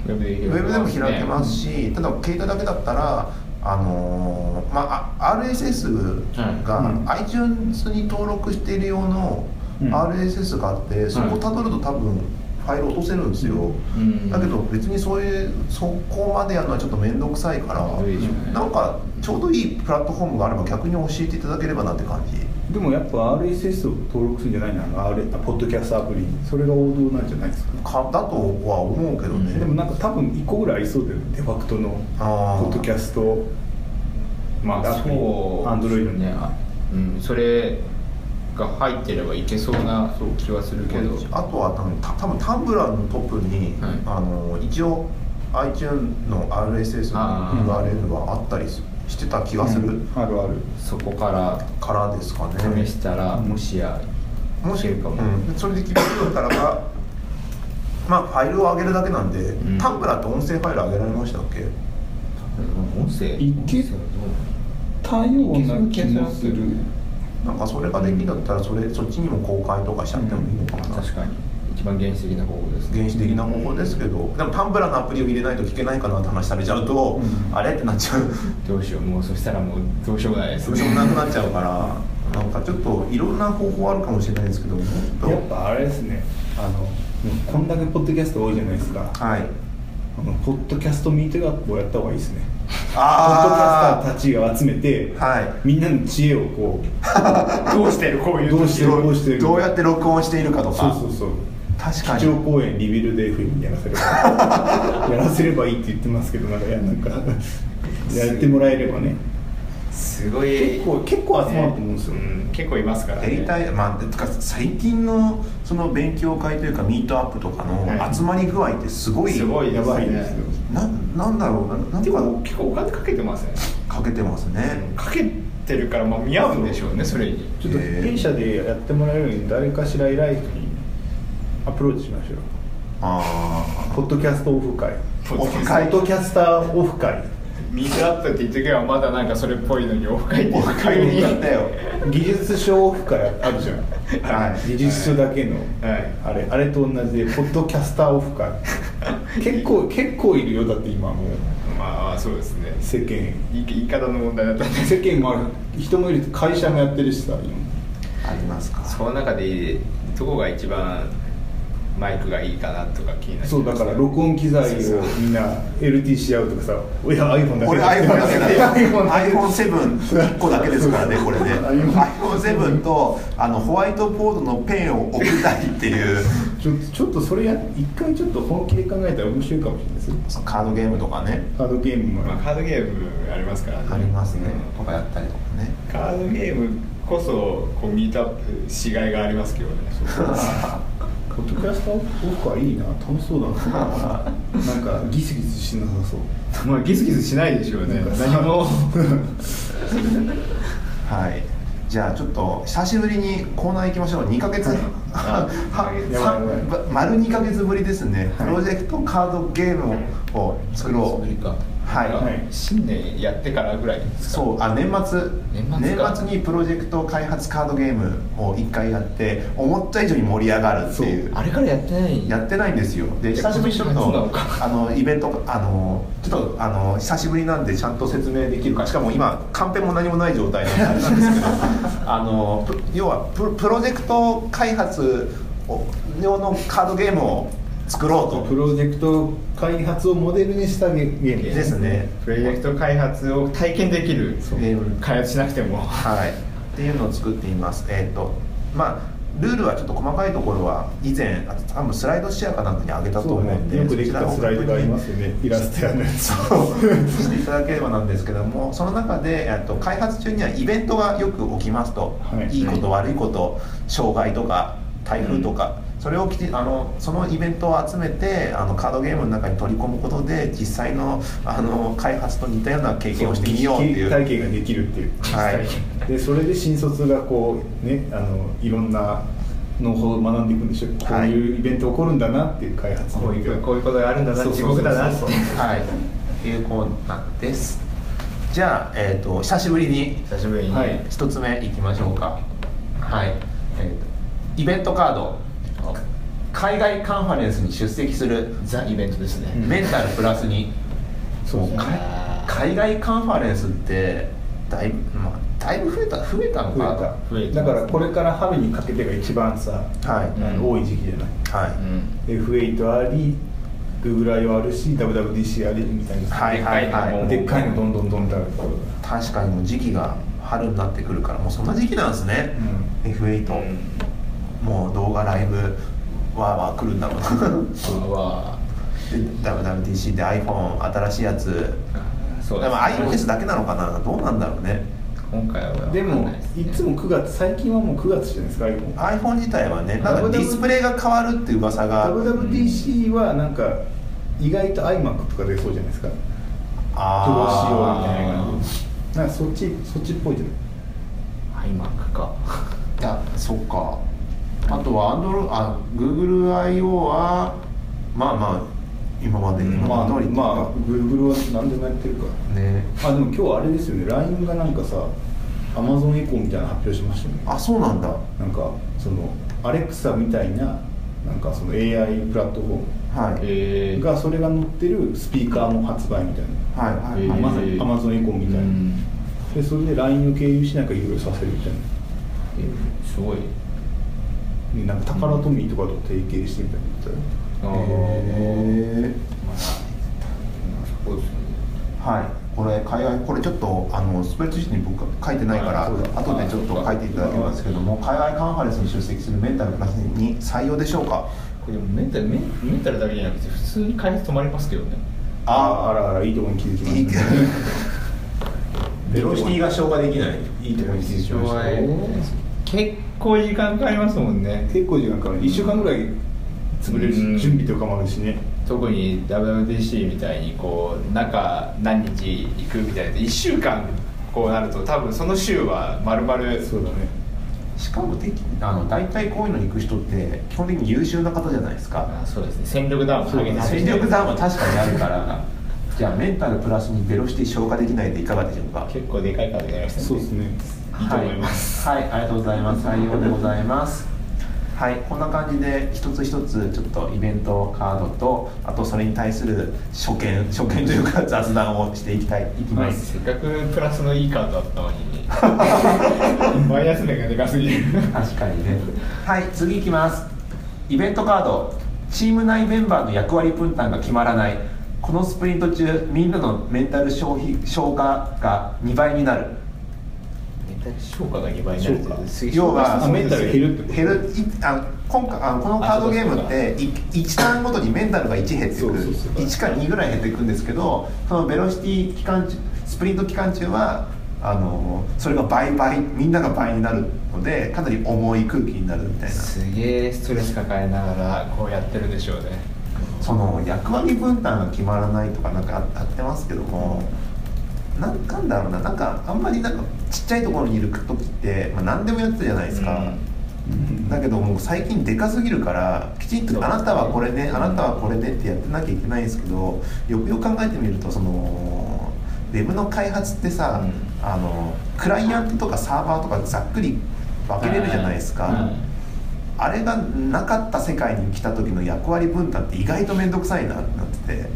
Speaker 3: ウェブで
Speaker 2: ウェブでも開けますし、ただ携帯だけだったらあのーまああ RSS
Speaker 1: は
Speaker 2: が
Speaker 1: いうん
Speaker 2: iTunes に登録している用の
Speaker 1: うん
Speaker 2: RSS があって、そこをたどると多分ファイル落とせるんですよ、
Speaker 3: うん
Speaker 2: だけど別にそういうそこまでやるのはちょっと面倒くさいから、
Speaker 3: どうでしょうね
Speaker 2: なんかちょうどいいプラットフォームがあれば逆に教えていただければなって感じ
Speaker 1: でもやっぱ RSS を登録するんじゃないのあれポッドキャストアプリにそれが王道なんじゃないですか
Speaker 2: かだとは思うけどね、
Speaker 1: でもなんか多分1個ぐらいありそうだよねデファクトのポ
Speaker 2: あー
Speaker 1: ッドキャスト
Speaker 4: まあ
Speaker 1: アプリ
Speaker 4: そう
Speaker 1: Android
Speaker 3: ね
Speaker 1: の
Speaker 3: あうんそれが入ってればいけそうな気はするけど
Speaker 2: あとは多分た多分タンブラーのトップに、
Speaker 3: はい
Speaker 2: あの一応 iTunes の RSS
Speaker 3: あ
Speaker 2: の
Speaker 3: ー
Speaker 2: URL はあったりすしてた気がする、
Speaker 1: うんあるある
Speaker 3: そこから
Speaker 2: からですかね
Speaker 3: 試したらもしや
Speaker 2: もし、
Speaker 3: いけるかも
Speaker 2: うんそれで決めるんだったらばまあファイルを上げるだけなんで、
Speaker 3: ん
Speaker 2: タンブラーって音声ファイル上げられましたっけ
Speaker 3: 音声
Speaker 1: いけ太陽な気もする
Speaker 2: なんかそれができるんだったらそれそっちにも公開とかしちゃってもいいのかな、
Speaker 3: 確かに一番原始的な方法ですね
Speaker 2: 原始的な方法ですけど、でもタンブラーのアプリを入れないと聞けないかなって話されちゃうと、
Speaker 1: うん
Speaker 2: あれってなっちゃう
Speaker 3: どうしようもうそしたらもうどうしようもないです
Speaker 2: どうし
Speaker 3: ね
Speaker 2: ようもなくなっちゃうからなんかちょっといろんな方法あるかもしれないですけどもっと
Speaker 1: やっぱあれですねあのこんだけポッドキャスト多いじゃないですか
Speaker 2: はい
Speaker 1: あのポッドキャストミート学校やった方がいいですねポッドキャスタ
Speaker 2: あ
Speaker 1: ーたちが集めて、
Speaker 2: あはい
Speaker 1: みんなの知恵をこう
Speaker 4: どうしてるこうい う
Speaker 1: どうしてる
Speaker 2: ど
Speaker 1: こうして
Speaker 2: う
Speaker 1: る
Speaker 2: どうやって録音しているかと
Speaker 1: そ
Speaker 2: か
Speaker 1: うそうそう
Speaker 2: 確か
Speaker 1: 基調
Speaker 2: に
Speaker 1: 講演リビルド FM にやらせれば やらせればいいって言ってますけどなんかいやなん かやってもらえればね
Speaker 4: すごい
Speaker 1: 結構結構集まると思うんですよ、
Speaker 4: うん結構いますから
Speaker 2: やりたいまあてか最近のその勉強会というかミートアップとか
Speaker 4: は
Speaker 2: の
Speaker 4: い
Speaker 2: 集まり具合ってすごい
Speaker 4: すごい
Speaker 1: やばいですよ
Speaker 2: ななんだろうななん
Speaker 4: で
Speaker 2: ていう
Speaker 4: も
Speaker 2: か
Speaker 4: 結構お金かけてますね
Speaker 2: かけてますね
Speaker 4: かけてるからまあ見合うんでしょうねそれに
Speaker 1: ちょっと弊社でやってもらえるように誰かしら偉い人にアプローチしましょう
Speaker 2: あ
Speaker 1: ポッドキャストオフ会
Speaker 2: あオフ
Speaker 1: ポッ
Speaker 2: 会
Speaker 1: ドキャスターオフ会
Speaker 4: ミートアップって言っとけばまだなんかそれっぽいのにオフ会って
Speaker 2: オフ会に行ったよ
Speaker 1: 技術書オフ会あるじゃん、
Speaker 2: はい
Speaker 1: 技術書だけの、
Speaker 4: はい
Speaker 1: あれあれと同じでポッドキャスターオフ会結構結構いるよだって今もう
Speaker 4: まあそうですね
Speaker 1: 世間
Speaker 4: 言い言い方の問題だったんで
Speaker 1: 世間もある人もいる会社もやってるしさ今
Speaker 2: ありますか
Speaker 4: その中でどこが一番マイクがいいかなとか気になる
Speaker 1: そうだから録音機材をみんな LT し合うとかさ「いや iPhone だけ
Speaker 2: 俺 iPhone だけだ iPhone7 個だけですからねこれね iPhone7 とあのホワイトボードのペンを置きたいっていう
Speaker 1: ちょちょっとそれや一回ちょっと本気で考えたら面白いかもしれないですよ
Speaker 2: そのカードゲームとかね
Speaker 1: カードゲームも
Speaker 4: まあ、カードゲームありますからね
Speaker 2: ありますね
Speaker 4: う
Speaker 2: と
Speaker 4: ん
Speaker 2: かやったりとかね
Speaker 4: カードゲームこそこうミートアップしがいがあります けどね
Speaker 1: ポッドキャストオフはいいな楽しそうだななんかギスギスしなさそう
Speaker 4: まあギスギスしないでしょうね
Speaker 1: 何も
Speaker 2: はいじゃあちょっと久しぶりにコーナー行きましょう2ヶ月
Speaker 4: あ
Speaker 2: は
Speaker 1: やばいやばい
Speaker 2: さ丸2ヶ月ぶりですねプロジェクトカードゲームを作ろう
Speaker 3: それか
Speaker 2: は
Speaker 1: はいい
Speaker 4: 新年やってからぐらいですか
Speaker 2: そうあ年末
Speaker 3: 年末か
Speaker 2: にプロジェクト開発カードゲームを1回やって思った以上に盛り上がるっていう
Speaker 3: あれからやってない
Speaker 2: やってないんですよで久しぶりにちょっ
Speaker 3: そうなの
Speaker 2: と
Speaker 3: か
Speaker 2: あのイベントあのちょっとあの久しぶりなんでちゃんと説明できるかしかも今カンペも何もない状態なんであれなんですけどあのプ要はププロジェクト開発を用のカードゲームを作ろうと
Speaker 1: プロジェクト開発をモデルにしたゲゲーム
Speaker 2: ですね
Speaker 4: プロジェクト開発を体験できる
Speaker 2: ゲーム
Speaker 4: 開発しなくても
Speaker 2: はい、っていうのを作っています。えっ、と、まあ。ルールはちょっと細かいところは以前あ多分スライドシェアかなんかに上げたと
Speaker 1: そう
Speaker 2: 思うん
Speaker 1: ね
Speaker 2: で
Speaker 1: よくでき
Speaker 2: そ
Speaker 1: た
Speaker 2: ち
Speaker 1: ス
Speaker 2: ら
Speaker 1: ラ
Speaker 2: を
Speaker 1: イ
Speaker 2: ご
Speaker 1: ド
Speaker 2: 確認
Speaker 1: がありますよねイラストやのやつ
Speaker 2: そう していただければなんですけどもその中でえっと開発中にはイベントがよく起きますと、
Speaker 1: はい
Speaker 2: い、いこと悪いこと障害とか台風とか、それをきちあのそのイベントを集めてあのカードゲームの中に取り込むことで実際のあの開発と似たような経験をしてみようっていう。
Speaker 1: 体験ができるっていう
Speaker 2: はい
Speaker 1: でそれで新卒がこうねあのいろんな農法を学んでいくんでしょこういうイベント起こるんだなっていう開発
Speaker 4: こういう
Speaker 1: こ
Speaker 4: こういうことがあるんだな地獄だなって
Speaker 2: はい、っていうコーナーです。じゃあ、えっ、と、久しぶりに、
Speaker 4: 久しぶりに、
Speaker 1: はい
Speaker 2: 一つ目いきましょうか。はい、えっ、と、イベントカード。海外カンファレンスに出席する、
Speaker 3: ザイベントですね
Speaker 2: メンタルプラスに。
Speaker 1: そう
Speaker 2: もうか
Speaker 3: あー
Speaker 2: 海外カンファレンスって、だいぶ、まあ、だいぶ増えた、増えたのか
Speaker 1: 増
Speaker 2: な
Speaker 1: えた
Speaker 3: 増えて
Speaker 1: だ
Speaker 3: ます
Speaker 1: からこれから春にかけてが一番さ、
Speaker 2: はい、
Speaker 1: あの多い時期じゃない
Speaker 2: はい。
Speaker 3: うん、
Speaker 1: F8 あり Google あるし WWDC ありみたいな
Speaker 2: はいはいはい
Speaker 1: でっかいのどんどんどんどんあるから
Speaker 2: 確かにもう時期が春になってくるからもうそんな時期なんですね、F8、もう動画ライブわーわー来るんだろうな
Speaker 3: うわ
Speaker 2: で WWDC で iPhone 新しいやつ
Speaker 4: そ
Speaker 2: で
Speaker 4: う
Speaker 2: も
Speaker 4: です
Speaker 2: iOS だけなのかなどうなんだろうね
Speaker 4: 今回は
Speaker 1: で
Speaker 4: わか
Speaker 1: も
Speaker 4: んないです
Speaker 1: い
Speaker 4: ね
Speaker 1: つも9月最近はもう9月じゃないですか iPhone
Speaker 2: iPhone 自体はねなんか
Speaker 1: WW
Speaker 2: ディスプレイが変わるっていう噂が
Speaker 1: WWDC はなんか意外と iMac とか出そうじゃないですかプロ仕様みたいな
Speaker 2: あ
Speaker 1: 感じでなんかそっちそっちっぽいじゃない
Speaker 3: ハイマックか
Speaker 2: ーあそっかあとは Android あ GoogleIO はまあまあ今まで今
Speaker 1: まあ
Speaker 2: まで通りっていうか
Speaker 1: まあ Google は何でもやってるか
Speaker 2: ね
Speaker 1: らあでも今日あれですよね LINE がなんかさ Amazon エコーみたいなの発表しましたよね
Speaker 2: あそうなんだ
Speaker 1: なんかそのアレクサみたいななんかその AI プラットフォ
Speaker 2: は
Speaker 1: ー
Speaker 2: い、
Speaker 3: え
Speaker 1: ムがそれが載ってるスピーカーも発売みたいな
Speaker 2: はいはいはい、
Speaker 3: えー
Speaker 1: アマゾンエコーみたいな
Speaker 3: うん
Speaker 1: でそれで LINE を経由しなんかいろいろさせるみたいな
Speaker 3: すごい
Speaker 1: でなんかタカラトミーとかと提携してみたいなことだよ
Speaker 4: あー
Speaker 2: え
Speaker 4: まあそうですよね
Speaker 2: ーはいこれ海外これちょっとあのスプレッドシートに僕書いてないから
Speaker 1: あそうだ
Speaker 2: 後でちょっと書いていただきますけども海外カンファレンスに出席するメンタルプラスに採用でしょうか
Speaker 4: これでもメンタルメンメンタルだけじゃなくて普通に開発止まりますけどね
Speaker 1: ああらあらいいとこに気づきま
Speaker 2: いい
Speaker 1: し
Speaker 2: けど
Speaker 1: たね
Speaker 2: ベロシティが消化できない
Speaker 1: いいとこに気づきました
Speaker 4: え
Speaker 1: ね
Speaker 4: ー結構時間かかりますもんね
Speaker 1: 結構時間かかる1週間ぐらい潰れるし
Speaker 4: うん
Speaker 1: 準備とかもあるしね
Speaker 4: 特に WWDC みたいにこう中何日行くみたいな1週間こうなると多分その週はまるまる
Speaker 1: そうだね
Speaker 2: しかも的あの大体こういうのに行く人って基本的に優秀な方じゃないですか
Speaker 4: あそうですね戦力ダウンを上げて
Speaker 2: 戦力ダウンは確かにあるからじゃあメンタルプラスにベロシティ消化できないでいかがでしょうか
Speaker 4: 結構でかい数になりましたね
Speaker 1: そうですね
Speaker 4: いいと思います、
Speaker 2: はい、はい、ありがとうございます採用でございますはいこんな感じで一つ一つちょっとイベントカードとあとそれに対する所見所見という か雑談をしていきたいいき
Speaker 4: は
Speaker 2: ま
Speaker 4: い
Speaker 2: す
Speaker 4: せっかくプラスのいいカードだったのに マイナス面がでかすぎる
Speaker 2: 確かにねはい次いきますイベントカードチーム内メンバーの役割分担が決まらないこのスプリント中みんなのメンタル消費消化が2倍になる
Speaker 4: 評価が2倍になるってことです
Speaker 2: 要は
Speaker 1: あメンタル減るってこと
Speaker 2: 減るいあ今回あのこのカードゲームって1ターンごとにメンタルが1減ってく
Speaker 1: そうそうそう
Speaker 2: 1か2ぐらい減っていくんですけどそのベロシティ期間中スプリント期間中はあのそれが倍倍みんなが倍になるのでかなり重い空気になるみたいな
Speaker 4: すげえストレス抱えながらこうやってるでしょうね
Speaker 2: その役割分担が決まらないとかなんかあってますけどもなんなんだろうななんかあんまりなんかちっちゃいところにいる時って、まあ、何でもやってたじゃないですか、だけどもう最近でかすぎるからきちんとあなたはこれねあなたはこれねってやってなきゃいけないんですけどよくよく考えてみるとそのウェブの開発ってさ、あのクライアントとかサーバーとかざっくり分けれるじゃないですか。あれがなかった世界に来た時の役割分担って意外と面倒くさいなってなってて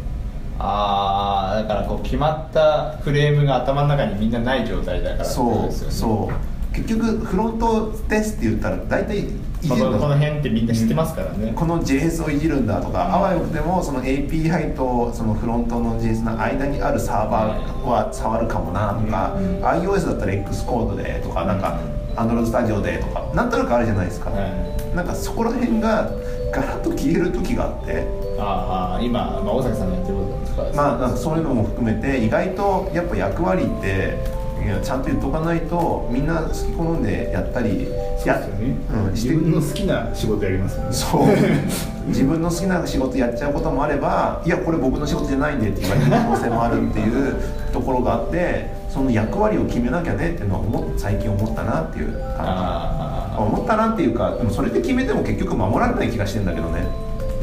Speaker 3: ああだからこう決まったフレームが頭の中にみんなない状態だからってこと
Speaker 2: そ
Speaker 3: で
Speaker 2: う
Speaker 3: すよね
Speaker 2: そう結局フロントですって言ったら大体いじ
Speaker 3: まあ
Speaker 2: る
Speaker 3: この
Speaker 2: の
Speaker 3: 辺ってみんな知ってますからね、
Speaker 2: この JS をいじるんだとかあわよくでもその API とそのフロントの JS の間にあるサーバーは触るかもなとか iOS だったら X コードでとかなんか Android スタジオでとかなんとなくあるじゃないですか
Speaker 3: は
Speaker 2: なんかそこら辺がガラッと消える時があって
Speaker 3: ああ今、まあ、大崎さんがやってることとか
Speaker 2: まあ、なんかそういうのも含めて意外とやっぱ役割っていやちゃんと言っとかないとみんな好き好んでやったり
Speaker 1: そう
Speaker 2: や
Speaker 1: ですよね、
Speaker 2: うんして
Speaker 1: 自分の好きな仕事やりますよね
Speaker 2: そう 自分の好きな仕事やっちゃうこともあればいやこれ僕の仕事じゃないんでって言われる可能性もあるっていうところがあってその役割を決めなきゃねっていうのは思っ最近思ったなっていう感じ
Speaker 3: あ
Speaker 2: 思ったなっていうかでもそれで決めても結局守られない気がしてんだけどね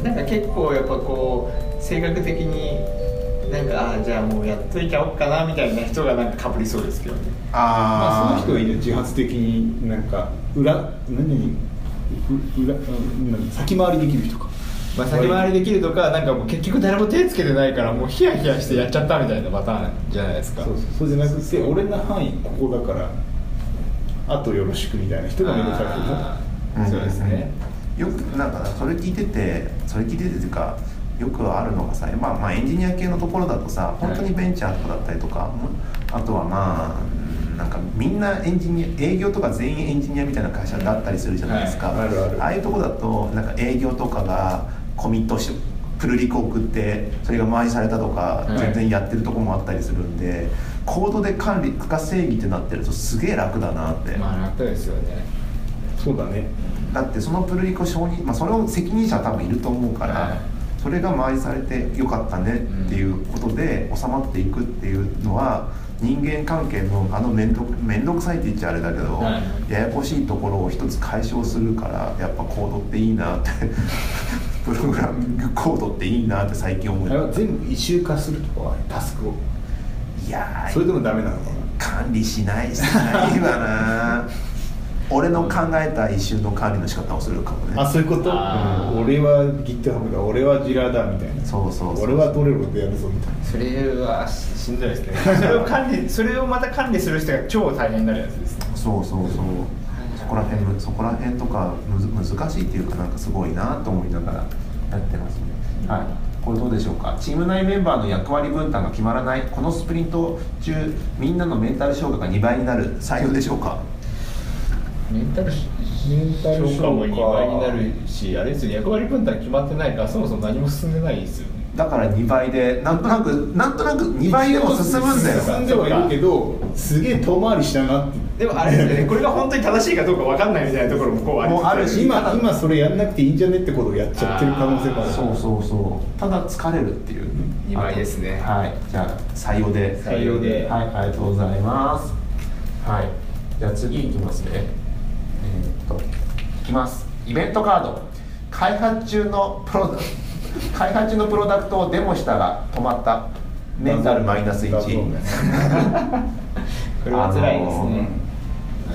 Speaker 3: あなんか結構やっぱこう性格的になんかああじゃあもうやっといちゃおっかなみたいな人がなんかかぶりそうですけどね
Speaker 1: まあ、その人
Speaker 2: ー
Speaker 1: はいいね自発的になんか裏何う裏うんなん先回りできる人か
Speaker 3: まあ、先回りできるとかなんかもう結局誰も手つけてないからもうヒヤヒヤしてやっちゃったみたいなパターンじゃないですか
Speaker 1: そうそうそうじゃなくて俺の範囲ここだからあとよろしくみたいな人がめんどくさい
Speaker 3: あ
Speaker 2: うんうん
Speaker 3: ー
Speaker 2: うん
Speaker 3: そうですね
Speaker 2: よくなんかそれ聞いててそれ聞いててっていうかよくあるのがさ、まあ、まあエンジニア系のところだとさ本当にベンチャーとかだったりとか、あとはまあうんなんかみんなエンジニア営業とか全員エンジニアみたいな会社だったりするじゃないですか、
Speaker 1: はいあるある
Speaker 2: あいうとこだとなんか営業とかがコミットしてプルリク送ってそれが回りされたとか
Speaker 3: はい
Speaker 2: 全然やってるとこもあったりするんで、コードで管理区画整義ってなってるとすげえ楽だなって、
Speaker 3: まあ楽ですよね
Speaker 1: そうだね
Speaker 2: だってそのプルリコ承認、まあ、それを責任者は多分いると思うから、
Speaker 3: はい
Speaker 2: それが回りされてよかったねっていうことで収まっていくっていうのは人間関係のあの面倒面倒くさいって言っちゃあれだけど、
Speaker 3: は
Speaker 2: ややこしいところを一つ解消するからやっぱコードっていいなって プログラミングコードっていいなって最近思
Speaker 1: あれは
Speaker 2: う
Speaker 1: 全部一周化するとかはタスクを
Speaker 2: いやー
Speaker 1: それでもダメなのか
Speaker 2: 管理しないしない わな俺の考えた一周の管理の仕方をするかもね
Speaker 1: なあそういうこと、
Speaker 3: あー
Speaker 1: うん俺は GitHub だ俺は Jira だみたいな
Speaker 2: そうそうそう
Speaker 1: 俺はどれろでやるぞみたいな
Speaker 3: それはししんどいですねそれを管理それをまた管理する人が超大変になるやつですね
Speaker 2: そうそうそう。そこら辺むそこら辺とかむず難しいっていうかなんかすごいなと思いながらやってますね。はい。これどうでしょうか。チーム内メンバーの役割分担が決まらない。このスプリント中みんなのメンタル消化が2倍になる。採用でしょうか。
Speaker 3: メンタル
Speaker 1: タル
Speaker 3: 消化も2倍になるしあれですよ役割分担決まってないからそもそも何も進んでないですよね
Speaker 2: だから2倍でなんとなくなんとなく2倍でも進むんだよ。
Speaker 1: 進んではいるけどすげえ遠回りしたなって
Speaker 3: でもあれですよねこれが本当に正しいかどうか分かんないみたいなところもこうあり
Speaker 2: もうあるし
Speaker 1: 今今それやんなくていいんじゃねってことをやっちゃってる可能性もある
Speaker 2: そうそうそう。ただ疲れるっていう。
Speaker 3: 二倍ですね
Speaker 2: はい。じゃあ採用で。
Speaker 3: 採用で
Speaker 2: はい、ありがとうございます。はい。じゃあ次いきますね。えーっと、いきます。イベントカード。開発中のプロダ開発中のプロダクトをデモしたが止まった。メンタルマイナス
Speaker 1: だそう
Speaker 2: 1
Speaker 1: ね。
Speaker 3: これは辛いですね、
Speaker 2: あのー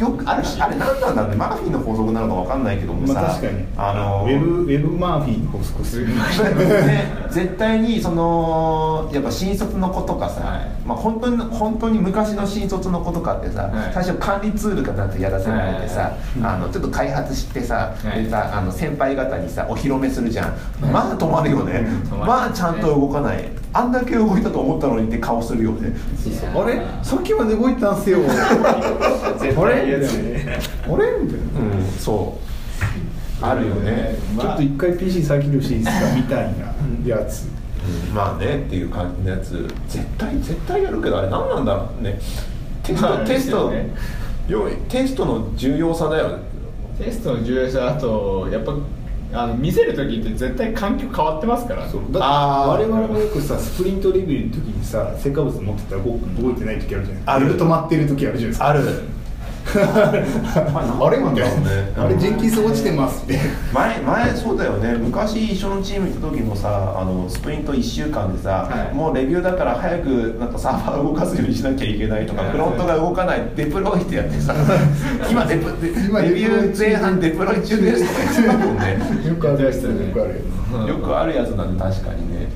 Speaker 2: よくあるしあれ何なんだろうねマーフィーの法則なのかわかんないけどもさ、
Speaker 1: まあ、確かに
Speaker 2: あの
Speaker 1: ウェブウェブマーフィーの法則する
Speaker 2: ね 絶対にそのやっぱ新卒の子とかさ、
Speaker 4: はい
Speaker 2: まあ、本当に本当に昔の新卒の子とかってさ、
Speaker 4: はい
Speaker 2: 最初管理ツールかなんかやらせられてさ、あのちょっと開発してさ,、
Speaker 4: はい
Speaker 2: でさあの先輩方にさお披露目するじゃん、まあ止まるよね、
Speaker 4: 止まる
Speaker 2: まあちゃんと動かないあんだけ動いたと思ったのにって顔するよね
Speaker 1: あれさっきまで 動いてたんすよ
Speaker 4: 絶
Speaker 1: あれ
Speaker 4: 対嫌だよね
Speaker 1: あれみたいな
Speaker 2: うんそうあるよね、
Speaker 1: ちょっと一回 PC 再起動していいですかみたいなやつ
Speaker 2: うんまあねっていう感じのやつ絶対絶対やるけどあれ何なんだろうねテスト、
Speaker 4: まあ
Speaker 2: テスト、
Speaker 4: ですよね
Speaker 2: よいテストの重要さだよね
Speaker 4: テストの重要さあとやっぱあの見せる時って絶対環境変わってますから
Speaker 1: そうだって
Speaker 2: あ
Speaker 1: 我
Speaker 2: ー
Speaker 1: 々もよくさスプリントレビューの時にさ成果物持ってたら動動いてない時あるじゃない
Speaker 2: ある
Speaker 1: ずっと止まってる時あるじゃないですか
Speaker 2: ある
Speaker 1: あれみたい
Speaker 2: ね
Speaker 1: なあれジェンキンス落ちてますって
Speaker 2: 前前そうだよね昔一緒のチーム行った時もさあのスプリント1週間でさ、
Speaker 4: はい
Speaker 2: もうレビューだから早くなんかサーバー動かすようにしなきゃいけないとか、
Speaker 4: はい
Speaker 2: フロントが動かないデプロイってや ってさ今デプ
Speaker 1: 今
Speaker 2: レビュー前半デプロイ中ですとか言ってたもんね
Speaker 1: よくあるやつだね
Speaker 4: よ
Speaker 1: よ
Speaker 4: く
Speaker 1: く
Speaker 4: あ
Speaker 1: あ
Speaker 4: る
Speaker 1: る
Speaker 2: よくあるやつなんで確かにね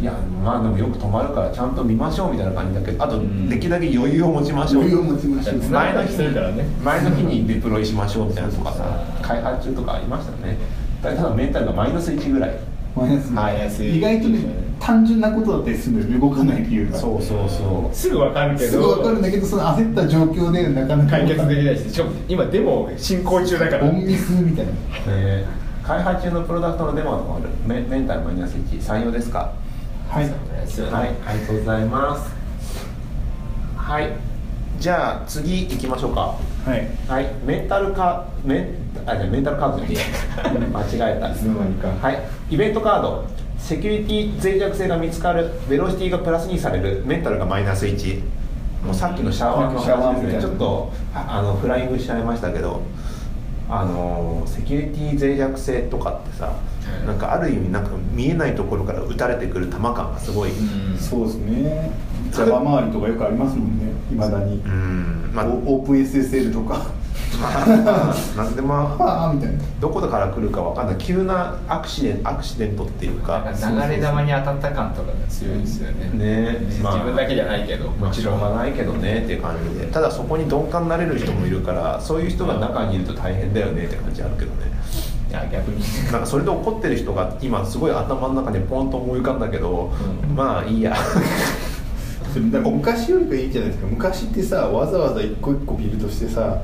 Speaker 2: いやまあでもよく止まるからちゃんと見ましょうみたいな感じだけどあと
Speaker 4: ん
Speaker 2: できるだけ余裕を持ちましょう
Speaker 1: 余裕を持ちましょう
Speaker 4: 前の日するからね
Speaker 2: 前の日にデプロイしましょうみたいなのとかさ開発中とかありましたねただメンタルがマイナス1ぐらい
Speaker 1: マイナス
Speaker 4: マイナス
Speaker 1: 意外とね単純なことだったりするのよ動かない理由が
Speaker 2: うそうそ
Speaker 4: すぐわかるけど
Speaker 1: すぐ分かるんだけどその焦った状況でなかなか
Speaker 4: 解決できないししかも今デモ進行中だから
Speaker 1: 隠密みたいな
Speaker 2: えー開発中のプロダクトのデモとかあるメメンタルマイナス1採用ですか
Speaker 1: はい
Speaker 2: はいありがとうございますはいじゃあ次行きましょうか
Speaker 1: はい
Speaker 2: はい、メンタルカメンあじゃあメンタルカードじゃねえ間違えた。
Speaker 4: つの間にか
Speaker 2: はい、イベントカード。セキュリティ脆弱性が見つかる、ベロシティがプラスにされる、メンタルがマイナス1。もうさっきのシャワーの
Speaker 1: シャワー
Speaker 2: 話ですね。
Speaker 1: み
Speaker 2: ち
Speaker 1: たいな
Speaker 2: ょっとああのフライングしちゃいましたけど、あのセキュリティ脆弱性とかってさ、
Speaker 4: い
Speaker 2: なんかある意味なんか見えないところから打たれてくる球感がすごい。
Speaker 4: うん
Speaker 1: そうですねジャバ周りとかよくありますもんねいまだに、
Speaker 2: うん、 まあ、
Speaker 1: オープン SSL とか
Speaker 2: まあ、なんでも。
Speaker 1: ああみたいな
Speaker 2: どこから来るかわかんない急なアクシデンアクシデントっていうか
Speaker 4: 流れ玉に当たった感とかが強いですよね
Speaker 2: ねまあ
Speaker 4: 自分だけじゃないけど
Speaker 2: も
Speaker 4: も
Speaker 2: ち
Speaker 4: ち
Speaker 2: ろ
Speaker 4: ろ
Speaker 2: ん
Speaker 4: ん
Speaker 2: がないけどねっていう感じでただそこに鈍感になれる人もいるからそういう人が中にいると大変だよねって感じあるけどね
Speaker 4: いや逆に
Speaker 2: なんかそれで怒ってる人が今すごい頭の中でポンと思い浮かんだけど、
Speaker 4: うん
Speaker 2: まあいい や
Speaker 1: でもなんか昔よりかいいじゃないですか昔ってさわざわざ一個一個ビルドしてさ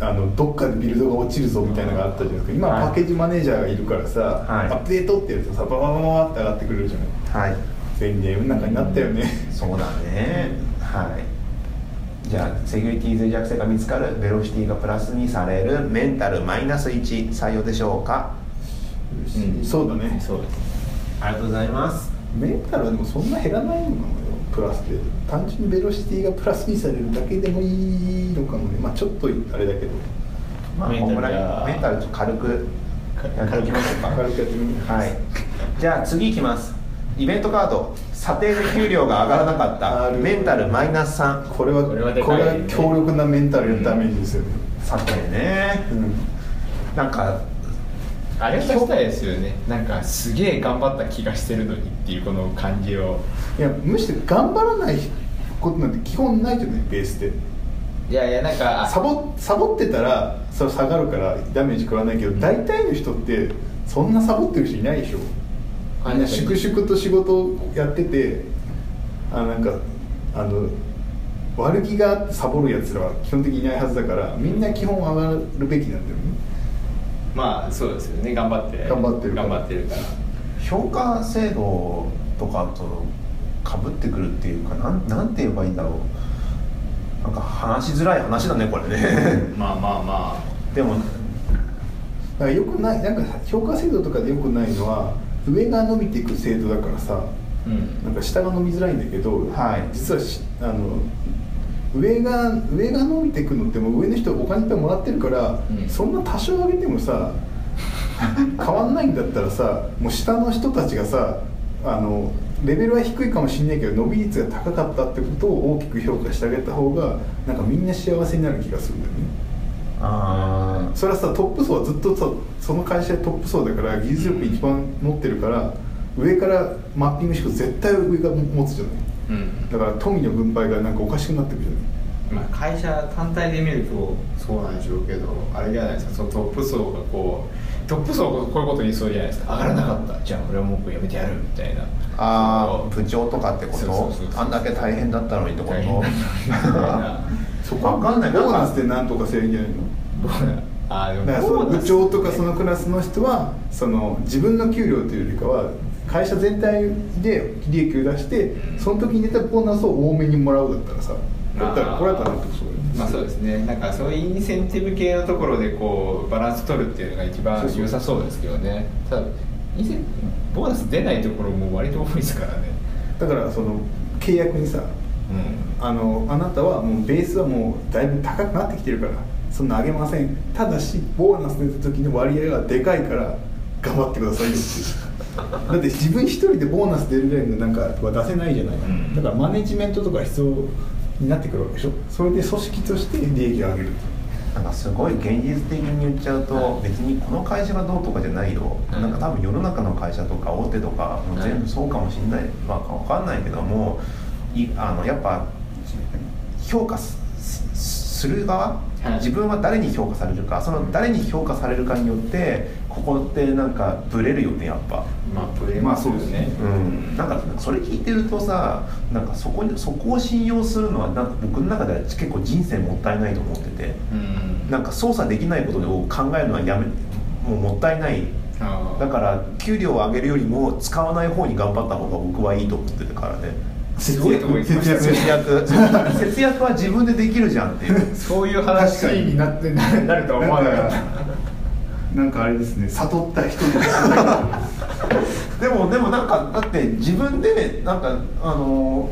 Speaker 1: あのどっかでビルドが落ちるぞみたいなのがあったじゃないですか今
Speaker 2: はい
Speaker 1: パッケージマネージャーがいるからさ、
Speaker 2: はい
Speaker 1: アップデートってやるとさバババババって上がってくれるじゃない
Speaker 2: はい
Speaker 1: 便利な世の中になったよね、
Speaker 2: そうだねはいじゃあセキュリティ脆弱性が見つかるベロシティがプラスにされるメンタルマイナス1採用でしょうか
Speaker 4: うん
Speaker 1: そうだね
Speaker 4: そうです
Speaker 2: ありがとうございます
Speaker 1: メンタルはでもそんな減らないのかもよプラスで単純にベロシティがプラスにされるだけでもいいのかもねまあちょっとあれだけど
Speaker 2: まあ、
Speaker 4: メン
Speaker 2: こ
Speaker 4: タ
Speaker 2: ん
Speaker 4: ル
Speaker 2: ぐら
Speaker 4: が
Speaker 2: いメンタルちょっと軽くやっておきましょうか
Speaker 1: 明るくやってみる
Speaker 2: はいじゃあ次いきますイベントカード査定で給料が上がらなかった
Speaker 1: ある
Speaker 2: メンタルマイナス3
Speaker 1: これは
Speaker 4: こ
Speaker 1: こ
Speaker 4: れ
Speaker 1: れ
Speaker 4: は
Speaker 1: は
Speaker 4: でかい
Speaker 1: 強力なメンタルのダメージですよね、
Speaker 2: 査定ね
Speaker 1: うん
Speaker 2: なんか
Speaker 4: あれがしたいですよねなんかすげえ頑張った気がしてるのにっていうこの感じを
Speaker 1: いやむしろ頑張らないことなんて基本ないじゃないベースで
Speaker 4: いやいやなんか
Speaker 1: サボサボってたらそれ下がるからダメージ食わないけど大体の人ってそんなサボってる人いないでしょみんな粛々と仕事をやっててあなんかあの悪気があってサボるやつらは基本的にいないはずだからみんな基本上がるべきなんだよね
Speaker 4: まあそうですよね頑張って
Speaker 1: 頑張ってるから
Speaker 4: 頑張ってるから
Speaker 2: 評価制度とかとかぶってくるっていうかなんなんて言えばいいんだろうなんか話しづらい話だねこれね
Speaker 4: まあまあま
Speaker 2: でも
Speaker 1: だからよくないなんか評価制度とかでよくないのは上が伸びていく制度だからさ
Speaker 4: あうん
Speaker 1: なんか下が飲みづらいんだけど、
Speaker 2: はい
Speaker 1: 実はしあの上が上が伸びていくのってもう上の人お金いっぱいもらってるから、
Speaker 4: うん
Speaker 1: そんな多少上げてもさ 変わんないんだったらさもう下の人たちがさあのレベルは低いかもしれないけど伸び率が高かったってことを大きく評価してあげた方がなんかみんな幸せになる気がするんだよね
Speaker 2: あ
Speaker 1: それはさトップ層はずっとさその会社でトップ層だから技術力一番持ってるから上からマッピングしてく絶対上が持つじゃない
Speaker 3: うん
Speaker 1: だから富の分配がなんかおかしくなってくるじゃない
Speaker 3: まあ
Speaker 5: 会社単体で見ると
Speaker 3: そうなんでしょうけどあれじゃないですかそのトップ層がこうトップ層がこういうこと言いそうじゃないですか上がらなかったじゃあ俺はもうやめてやるみたいな
Speaker 2: あ
Speaker 3: そ
Speaker 2: ー部長とかってこと
Speaker 3: そうそうそうそ
Speaker 2: あ
Speaker 3: う
Speaker 2: んだけ大変だったのにってこと
Speaker 3: 大変だったのにみたいな
Speaker 1: そ
Speaker 2: わかんない
Speaker 1: ボ
Speaker 2: なんか
Speaker 1: ーナスでなんとかせるんじゃないの
Speaker 3: どうなあーでも
Speaker 1: だからその
Speaker 3: ボーナ
Speaker 1: 部
Speaker 3: ス
Speaker 1: 長とかそのクラスの人はその自分の給料というよりかは会社全体で利益を出して
Speaker 3: うん
Speaker 1: その時に出たボーナスを多めにもらうだったらさだったらこれだったらなんとかそうよね
Speaker 3: まあそうですねなんかそういうインセンティブ系のところでこうバランス取るっていうのが一
Speaker 1: そう
Speaker 3: 番
Speaker 1: そう
Speaker 3: 良さそうですけどねただインセンボーナス出ないところも割と多いですからね
Speaker 1: だからその契約にさ
Speaker 3: うん
Speaker 1: あのあなたはもうベースはもうだいぶ高くなってきてるからそんな上げませんただしボーナス出た時の割合がでかいから頑張ってくださいよっていうだって自分一人でボーナス出るぐらいのなんかは出せないじゃない、
Speaker 3: うん
Speaker 1: だからマネジメントとか必要になってくるわけでしょそれで組織として利益を上げる
Speaker 2: なんかすごい現実的に言っちゃうと、
Speaker 3: はい
Speaker 2: 別にこの会社がどうとかじゃないよ、
Speaker 3: はい
Speaker 2: なんか多分世の中の会社とか大手とかもう全
Speaker 3: は
Speaker 2: 部
Speaker 3: い
Speaker 2: そうかもしれない、まあ分かんないけどもいあのやっぱ評価すすする側、
Speaker 3: はい
Speaker 2: 自分は誰に評価されるかその誰に評価されるかによってここってなんかブレるよねやっぱ。
Speaker 3: まあプレー
Speaker 1: ま
Speaker 3: マ
Speaker 1: あ
Speaker 3: ー
Speaker 1: そう
Speaker 3: で
Speaker 1: ですす
Speaker 3: ね
Speaker 1: ね
Speaker 2: うん、なんかそれ聞いてるとさなんかそこにそこを信用するのはなんか僕の中では結構人生もったいないと思ってて
Speaker 3: うん
Speaker 2: なんか操作できないことを考えるのはやめもうもったいない
Speaker 3: あー
Speaker 2: だから給料を上げるよりも使わない方に頑張った方が僕はいいと思ってるからね
Speaker 3: すごいとこ行きましたね
Speaker 1: 節約
Speaker 2: 節約節約は自分でできるじゃんっていう
Speaker 3: そういう話になってななるとは思わなかった
Speaker 1: なんかあれですね悟った人の
Speaker 2: でもでもなんかだって自分でなんかあの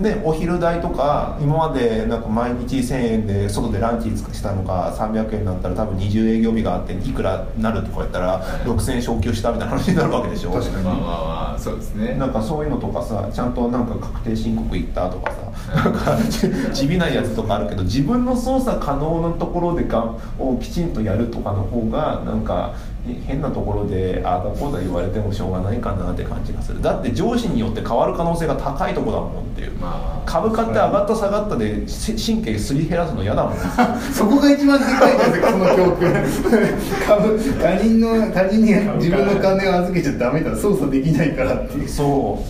Speaker 2: ねお昼代とか今までなんか毎日1000円で外でランチしたのが300円になったら多分20営業日があっていくらなるとかやったら6000円昇給したみたいな話になるわけでしょ
Speaker 1: 確か
Speaker 3: まあまあまあそうですね
Speaker 2: なんかそういうのとかさちゃんとなんか確定申告行ったとかさなんかち地味なやつとかあるけど自分の操作可能なところでがをきちんとやるとかの方がなんかえ変なところでああだこうだ言われてもしょうがないかなって感じがするだって上司によって変わる可能性が高いとこだもんっていう
Speaker 3: まあ
Speaker 2: 株価って上がった下がったでし神経すり減らすの嫌だもん
Speaker 1: そこが一番でかいですよその教訓株他人の他人に自分の金を預けちゃダメだ操作できないからっていう
Speaker 2: そ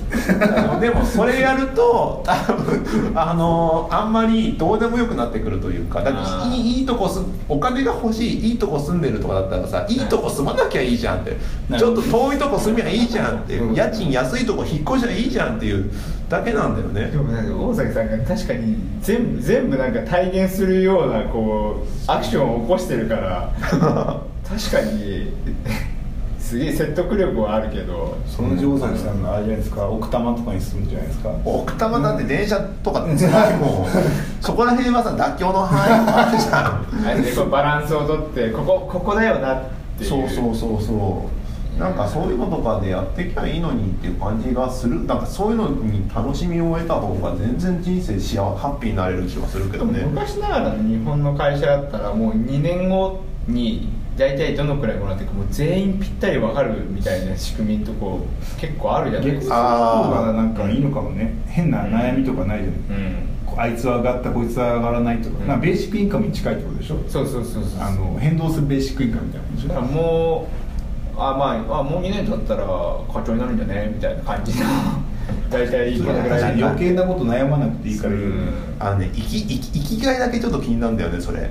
Speaker 2: うでもそれやると多分あのあんまりどうでもよくなってくるというかだから
Speaker 3: あー
Speaker 2: いいいいとこすお金が欲しいいいとこ住んでるとかだったらさいいとこ住まなきゃいいじゃんって
Speaker 3: な
Speaker 2: ち
Speaker 3: る
Speaker 2: ょ
Speaker 3: ほ
Speaker 2: っと
Speaker 3: ど
Speaker 2: 遠いとこ住みゃいいじゃんっていう
Speaker 3: うん
Speaker 2: 家賃安いとこ引っ越しゃいいじゃんっていうだけなんだよね
Speaker 3: でもなんか大崎さんが確かに全部全部なんか体現するようなこうアクションを起こしてるから確かにすげえ説得力はあるけど
Speaker 1: その上崎さんのあれじゃないですか奥多摩とかに住むんじゃないですか
Speaker 2: 奥多摩なんて電車とかつかないもんそこら辺はさ妥協の範囲もあるじゃん
Speaker 3: あれでこうバランスをとってここここだよなっていう
Speaker 2: そうそうそうそうなんかそういうのとかでやってきゃいいのにっていう感じがするなんかそういうのに楽しみを得た方が全然人生幸せハッピーになれる気はするけ
Speaker 3: で
Speaker 2: ど
Speaker 3: も
Speaker 2: ね
Speaker 3: 昔ながらの日本の会社だったらもう2年後に大体どのくらいもらっていくかもう全員ぴったり分かるみたいな仕組みのとこ結構あるじゃない
Speaker 1: 逆
Speaker 3: で
Speaker 1: に
Speaker 3: す
Speaker 1: そ
Speaker 3: か
Speaker 1: の方が
Speaker 2: あー
Speaker 1: なんかいいのかもね変な悩みとかないじゃ
Speaker 3: う
Speaker 1: ない、
Speaker 3: ん
Speaker 1: あいつは上がったこいつは上がらないとか,、
Speaker 3: うん
Speaker 1: ベーシックインカムに近いってことでしょ
Speaker 3: そうそうそうそう
Speaker 1: あの変動するベーシックインカムみたいなもんでし
Speaker 3: だから
Speaker 1: ょ
Speaker 3: もうあまああもう2年経ったら課長になるんじゃねみたいな感 じの大体このぐ
Speaker 1: 確から
Speaker 3: い
Speaker 1: に余計なこと悩まなくていいからいいよね、
Speaker 2: あのね生き生き生きがいだけちょっと気になるんだよねそれ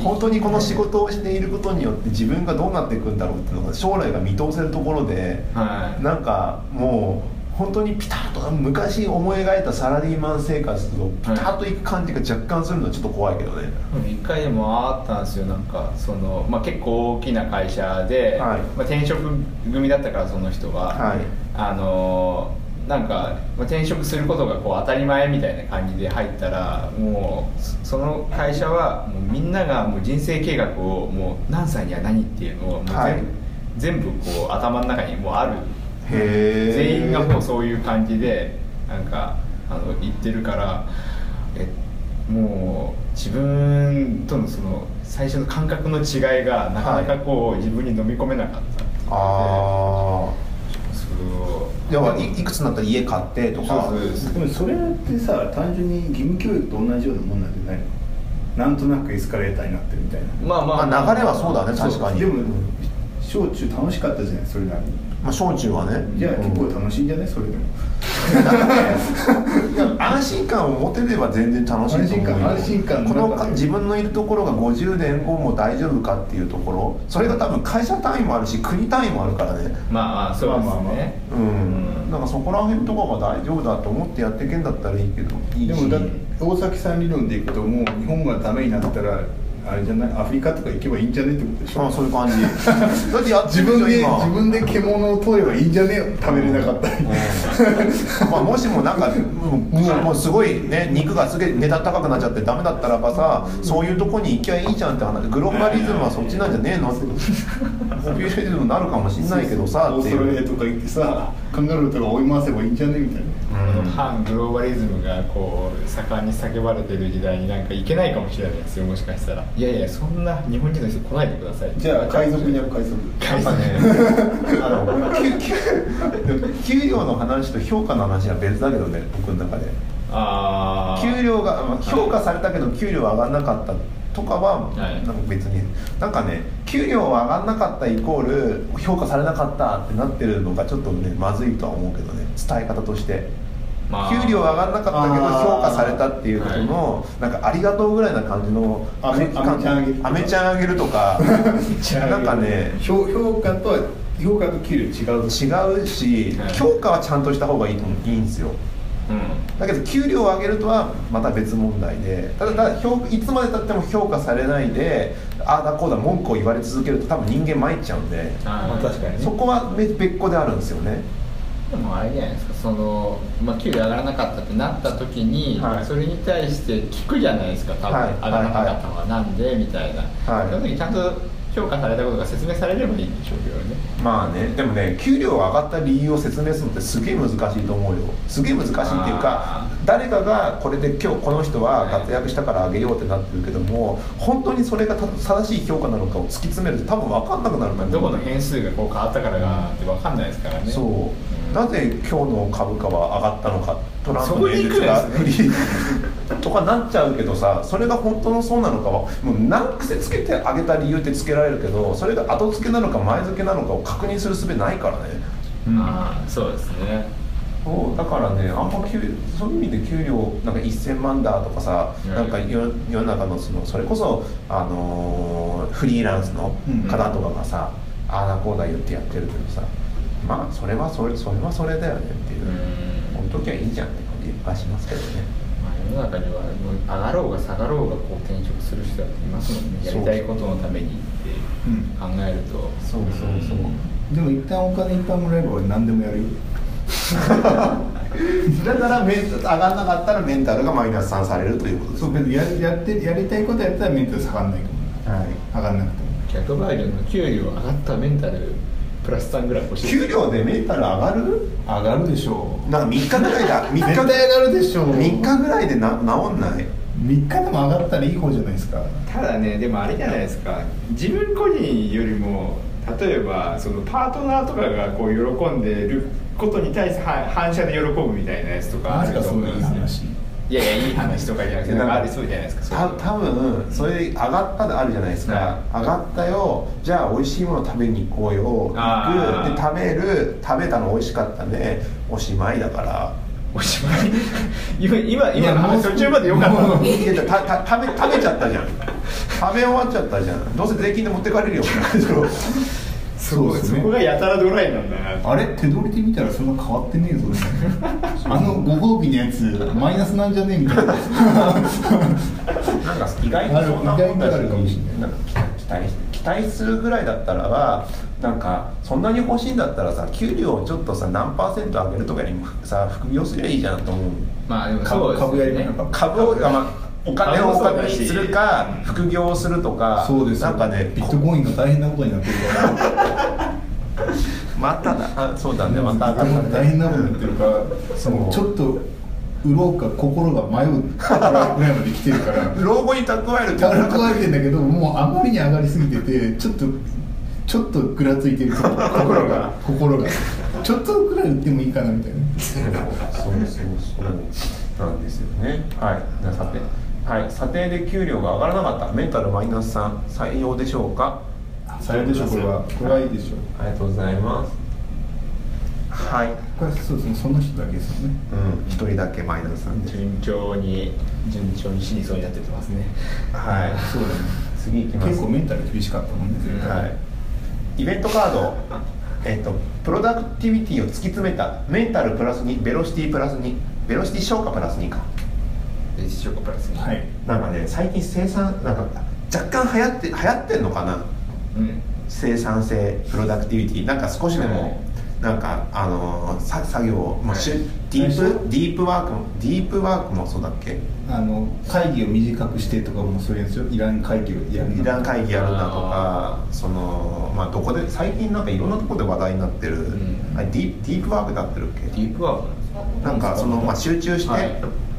Speaker 2: 本当にこの仕事をしていることによって自分がどうなっていくんだろうっていうのが将来が見通せるところで
Speaker 3: はい
Speaker 2: なんかもう本当にピタッと昔思い描いたサラリーマン生活とピタッといく感じが若干するのはちょっと怖いけどね、
Speaker 3: 一回でもあったんですよなんかその、まあ、結構大きな会社で、
Speaker 2: はい
Speaker 3: まあ、転職組だったからその人は、
Speaker 2: はい
Speaker 3: あのーなんか、まあ、転職することがこう当たり前みたいな感じで入ったらもうそその会社はもうみんながもう人生計画をもう何歳には何っていうのをもう全部、
Speaker 2: はい
Speaker 3: 全部こう頭の中にもうある
Speaker 2: へえ
Speaker 4: 全員がもうそういう感じでなんかあの言ってるからえもう自分とのその最初の感覚の違いがなかなかこう、自分に飲み込めなかったっていう
Speaker 2: あ
Speaker 4: のでそう
Speaker 2: あ要はいいくつになったら家買ってとか
Speaker 4: そうです
Speaker 1: でもそれってさ単純に義務教育と同じようなもんなんじゃないのなんとなくエスカレーターになってるみたいな
Speaker 4: まあまあ、
Speaker 2: まあ流れはそうだね確かに
Speaker 1: でも小中楽しかったじゃないそれなりに
Speaker 2: まあ、小中はね
Speaker 1: じゃあ
Speaker 2: うん
Speaker 1: 結構楽しいんじゃないそれでも
Speaker 2: いや安心感を持てれば全然楽しいと思うよ
Speaker 1: 安心感安心感
Speaker 2: この
Speaker 1: なんかね
Speaker 2: 自分のいるところが50年後も大丈夫かっていうところそれが多分会社単位もあるし国単位もあるからね
Speaker 4: まあまあそうですね、
Speaker 1: まあまあまあ
Speaker 2: うんなんかそこら辺とかが大丈夫だと思ってやっていけんだったらいいけどいいし
Speaker 1: でもだ大崎さん理論でいくともう日本がダメになったらあれじゃないアフリカとか行けばいいんじゃねってことでしょ
Speaker 2: あそういう感 じだってやって
Speaker 1: 自
Speaker 2: るじゃ
Speaker 1: 分
Speaker 2: ん
Speaker 1: で自分で
Speaker 2: 今
Speaker 1: 獣を取ればいいんじゃね食べれなかったり、
Speaker 2: まあ、もしもなんかもうもうもうすごいね肉がすげえ値段高くなっちゃってダメだったらばさそういうとこに行きゃいいじゃんって話グローバリズムはそっちなんじゃねえのってポピュレリズムになるかもしんないけどさ
Speaker 1: オ
Speaker 2: っ
Speaker 1: ー
Speaker 2: て
Speaker 1: ス
Speaker 2: い
Speaker 1: トラリア
Speaker 2: う
Speaker 1: とか行ってさカンガルーとか追い回せばいいんじゃねみたいな
Speaker 4: あの反グローバリズムがこう盛んに叫ばれてる時代になんかいけないかもしれないですよもしかしたらいやいやそんな日本人の人来ないでください
Speaker 1: じゃあ海賊にやる海賊
Speaker 2: やっぱね あの給給給料の話と評価の話は別だけどね僕の中で
Speaker 4: ああ
Speaker 2: 給料がまあ評価されたけど給料は上がらなかったとかは
Speaker 4: はい
Speaker 2: なんか別になんかね給料は上がらなかったイコール評価されなかったってなってるのがちょっとねまずいとは思うけどね伝え方として。
Speaker 4: まあ
Speaker 2: 給料は上がらなかったけど
Speaker 1: あー
Speaker 2: 評価されたっていうことの、なんかありがとうぐらいな感じの
Speaker 1: あめあめちゃんあげる
Speaker 2: あめちゃんあげるとか
Speaker 4: ちゃんあげ
Speaker 2: な
Speaker 4: る
Speaker 2: んかね
Speaker 1: 評評価とは評価と給料違うし
Speaker 2: 違うし
Speaker 4: はい
Speaker 2: 評価はちゃんとした方がいいと思ういいんですよ
Speaker 4: うん
Speaker 2: だけど給料を上げるとはまた別問題でただただ評いつまでたっても評価されないでああだこうだ文句を言われ続けると多分人間参っちゃうんで
Speaker 4: あー
Speaker 1: まあ確かにね
Speaker 2: そこは別別個であるんですよね
Speaker 3: でもあれじゃないですかその、まあ、給料上がらなかったってなった時に、
Speaker 2: はい
Speaker 3: それに対して聞くじゃないですか多分、
Speaker 2: はい
Speaker 3: 上がらなかったのはなんでみたいな、
Speaker 2: はい
Speaker 3: その時ちゃんと評価されたことが説明されればいいんでしょうけどね
Speaker 2: まあねでもね給料が上がった理由を説明するのってすげえ難しいと思うよすげえ難しいっていうか
Speaker 4: あ
Speaker 2: 誰かがこれで今日この人は活躍したから上げようってなってるけども本当にそれがた正しい評価なのかを突き詰めると多分分かんなくなるんだよ
Speaker 4: どこの変数がこう変わったからがって分かんないですからね
Speaker 2: そうなぜ今日の株価は上がったのかトランプの演
Speaker 4: そ
Speaker 2: 説
Speaker 4: こに行
Speaker 2: が
Speaker 4: くん
Speaker 2: 不利とかなっちゃうけどさそれが本当のそうなのかはもう何癖つけて上げた理由ってつけられるけどそれが後付けなのか前付けなのかを確認する術ないからね
Speaker 4: ああそうですね
Speaker 2: そうだからねあんま給そういう意味で給料なんか1000万だとかさ、
Speaker 4: うん
Speaker 2: なんか世世の中のそのそれこそ、あのーフリーランスの方とかがさ、ああだこうだ言ってやってるけどさまあそれはそれそれはそれだよねっていう、
Speaker 4: うん
Speaker 2: この時はいいじゃんって感じはしますけどね
Speaker 3: まあ、世の中にはもう上がろうが下がろうがこう転職する人だっていますもんねやりたいことのためにって考えると
Speaker 2: そうそうそう、
Speaker 1: でも一旦お金いっぱいもらえば俺何でもやるよ
Speaker 2: だからメン上がらなかったらメンタルがマイナス3されるということです
Speaker 1: そう別にややってやりたいことやったらメンタル下がんないかも
Speaker 2: はい
Speaker 1: 上がんなくても
Speaker 3: 逆バージョンの給料上がったメンタルプラス3ぐらい欲しい
Speaker 2: 給料でメンタル上がる
Speaker 1: 上がるでしょう
Speaker 2: なんか3日ぐらいだ3日
Speaker 1: 絶対上がるでしょう
Speaker 2: 3日ぐらいでな治んない
Speaker 1: 3日でも上がったらいい方じゃないですか
Speaker 4: ただねでもあれじゃないですか自分個人よりも例えばそのパートナーとかがこう喜んでることに対しては反射で喜ぶみたいなやつとかあると思うんですよいやいやいい話とかじゃなくてなんかありそうじゃないですか
Speaker 2: た多分それ上がったであるじゃないですか、
Speaker 4: は
Speaker 2: 上がったよじゃあ美味しいもの食べに行こうよ行
Speaker 4: あ
Speaker 2: くで食べる食べたの美味しかったねおしまいだから
Speaker 4: おしまい今今今の
Speaker 1: もう
Speaker 4: 話途中までよかったのに
Speaker 2: いやたた食べ食べちゃったじゃん食べ終わっちゃったじゃんどうせ税金で持ってかれるよ
Speaker 4: すごいそこがやたらドライなんだなって
Speaker 1: あれ手取りで見たらそんな変わってねえぞあのご褒美のやつマイナスなんじゃねえみたいな
Speaker 2: なんか意外
Speaker 1: とそんなもんだし
Speaker 2: なんか期待期待するぐらいだったらはなんかそんなに欲しいんだったらさ給料をちょっとさ何パーセント上げるとかにもさ副業すりゃいいじゃんと思う
Speaker 3: まあでもそ
Speaker 1: 株
Speaker 3: うですよ
Speaker 1: 株やり
Speaker 3: ね
Speaker 1: ましょうか
Speaker 2: 株を、あまあ、お金をお金にするか副業をするとか
Speaker 1: そうですよ
Speaker 2: なんかね
Speaker 1: ビットコインが大変なことになってるから
Speaker 2: こまただあそうだね
Speaker 1: で
Speaker 2: また上がった
Speaker 1: 大変
Speaker 2: ね
Speaker 1: なもんっていうかそのちょっと売ろうか心が迷うぐらいまで来てるから
Speaker 2: 老後に蓄えるって言われなかっ
Speaker 1: 蓄えてんだけどもうあまりに上がりすぎててちょっとちょっとぐらついてる心が心がちょっとぐらい売ってもいいかなみたいな
Speaker 2: たそうそうそうなんですよねはいじゃあ査定はい査定で給料が上がらなかったメンタルマイナス3採用でしょうか
Speaker 1: さよでしょこれはこれはいいでしょ
Speaker 2: ありがとうございますはい
Speaker 1: これはそうですねその人だけですよね
Speaker 2: うん一人だけマイナス3です
Speaker 4: 順調に順調に死にそうになってってますね
Speaker 2: はい
Speaker 1: そうだね
Speaker 2: 次いきます
Speaker 1: 結構メンタル厳しかったもんね絶対
Speaker 2: はい、イベントカード、えっとプロダクティビティを突き詰めたメンタルプラスにベロシティプラスにベロシティ消化プラスにか
Speaker 4: で一生プラスに
Speaker 1: はい
Speaker 2: なんかね最近生産なんか若干流行って流行ってんのかな
Speaker 4: うん
Speaker 2: 生産性プロダクティビティなんか少しでも、
Speaker 4: はい
Speaker 2: なんかあのーさ作業を、まあし
Speaker 4: はい
Speaker 2: ディー
Speaker 1: 最
Speaker 2: プ
Speaker 1: 初
Speaker 2: ディープワークもディープワークもそうだっけ
Speaker 1: あの会議を短くしてとかもそういうやつよイラン会議をやる
Speaker 2: イラン会議やるなとかその、まあ、どこで最近なんかいろんなところで話題になってる、
Speaker 4: ん
Speaker 2: あれディープディープワークだってるっけ
Speaker 4: ディープワークなんですか
Speaker 2: なんかその、まあ、集中して、
Speaker 4: はい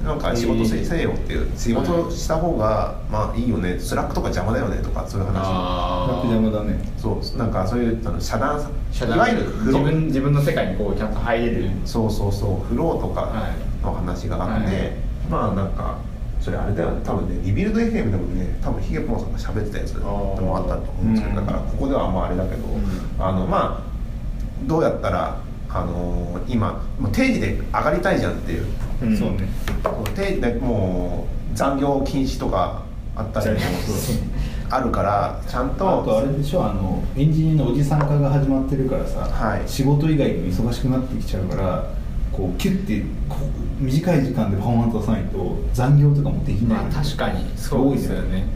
Speaker 2: なんか仕事せせよっていう仕事した方がまあいいよねスラックとか邪魔だよねとかそういう話
Speaker 1: 楽邪魔だね
Speaker 2: そうなんかそういうあの遮断
Speaker 4: 遮
Speaker 2: いわ
Speaker 4: 断
Speaker 2: ゆるフ
Speaker 4: 自
Speaker 2: ロ
Speaker 4: 分
Speaker 2: ー
Speaker 4: 自分の世界にこうちゃんと入れる
Speaker 2: そうそうそうフローとか
Speaker 4: はい
Speaker 2: の話があって、
Speaker 4: はい
Speaker 2: まあなんかそれあれだよね多分ねリビルド FM でもね多分ヒゲポンさんが喋ってたやつでもあったと思うんですけど
Speaker 1: う
Speaker 2: だ
Speaker 1: ん
Speaker 2: からここではあんまあれだけど、
Speaker 4: うん
Speaker 2: あのまあどうやったら、あのー今もう定時で上がりたいじゃんっていう。
Speaker 4: うん
Speaker 1: そうね
Speaker 2: 定でもう残業禁止とかあったりも
Speaker 4: 残業禁止
Speaker 2: あるからちゃん
Speaker 1: あとあれ
Speaker 2: と
Speaker 1: でしょあのエンジニアのおじさん化が始まってるからさ、
Speaker 2: はい
Speaker 1: 仕事以外にも忙しくなってきちゃうからこうキュッてこう短い時間でパフォーマンス出さないと残業とかもできない、
Speaker 4: まあ確かにそうですよね、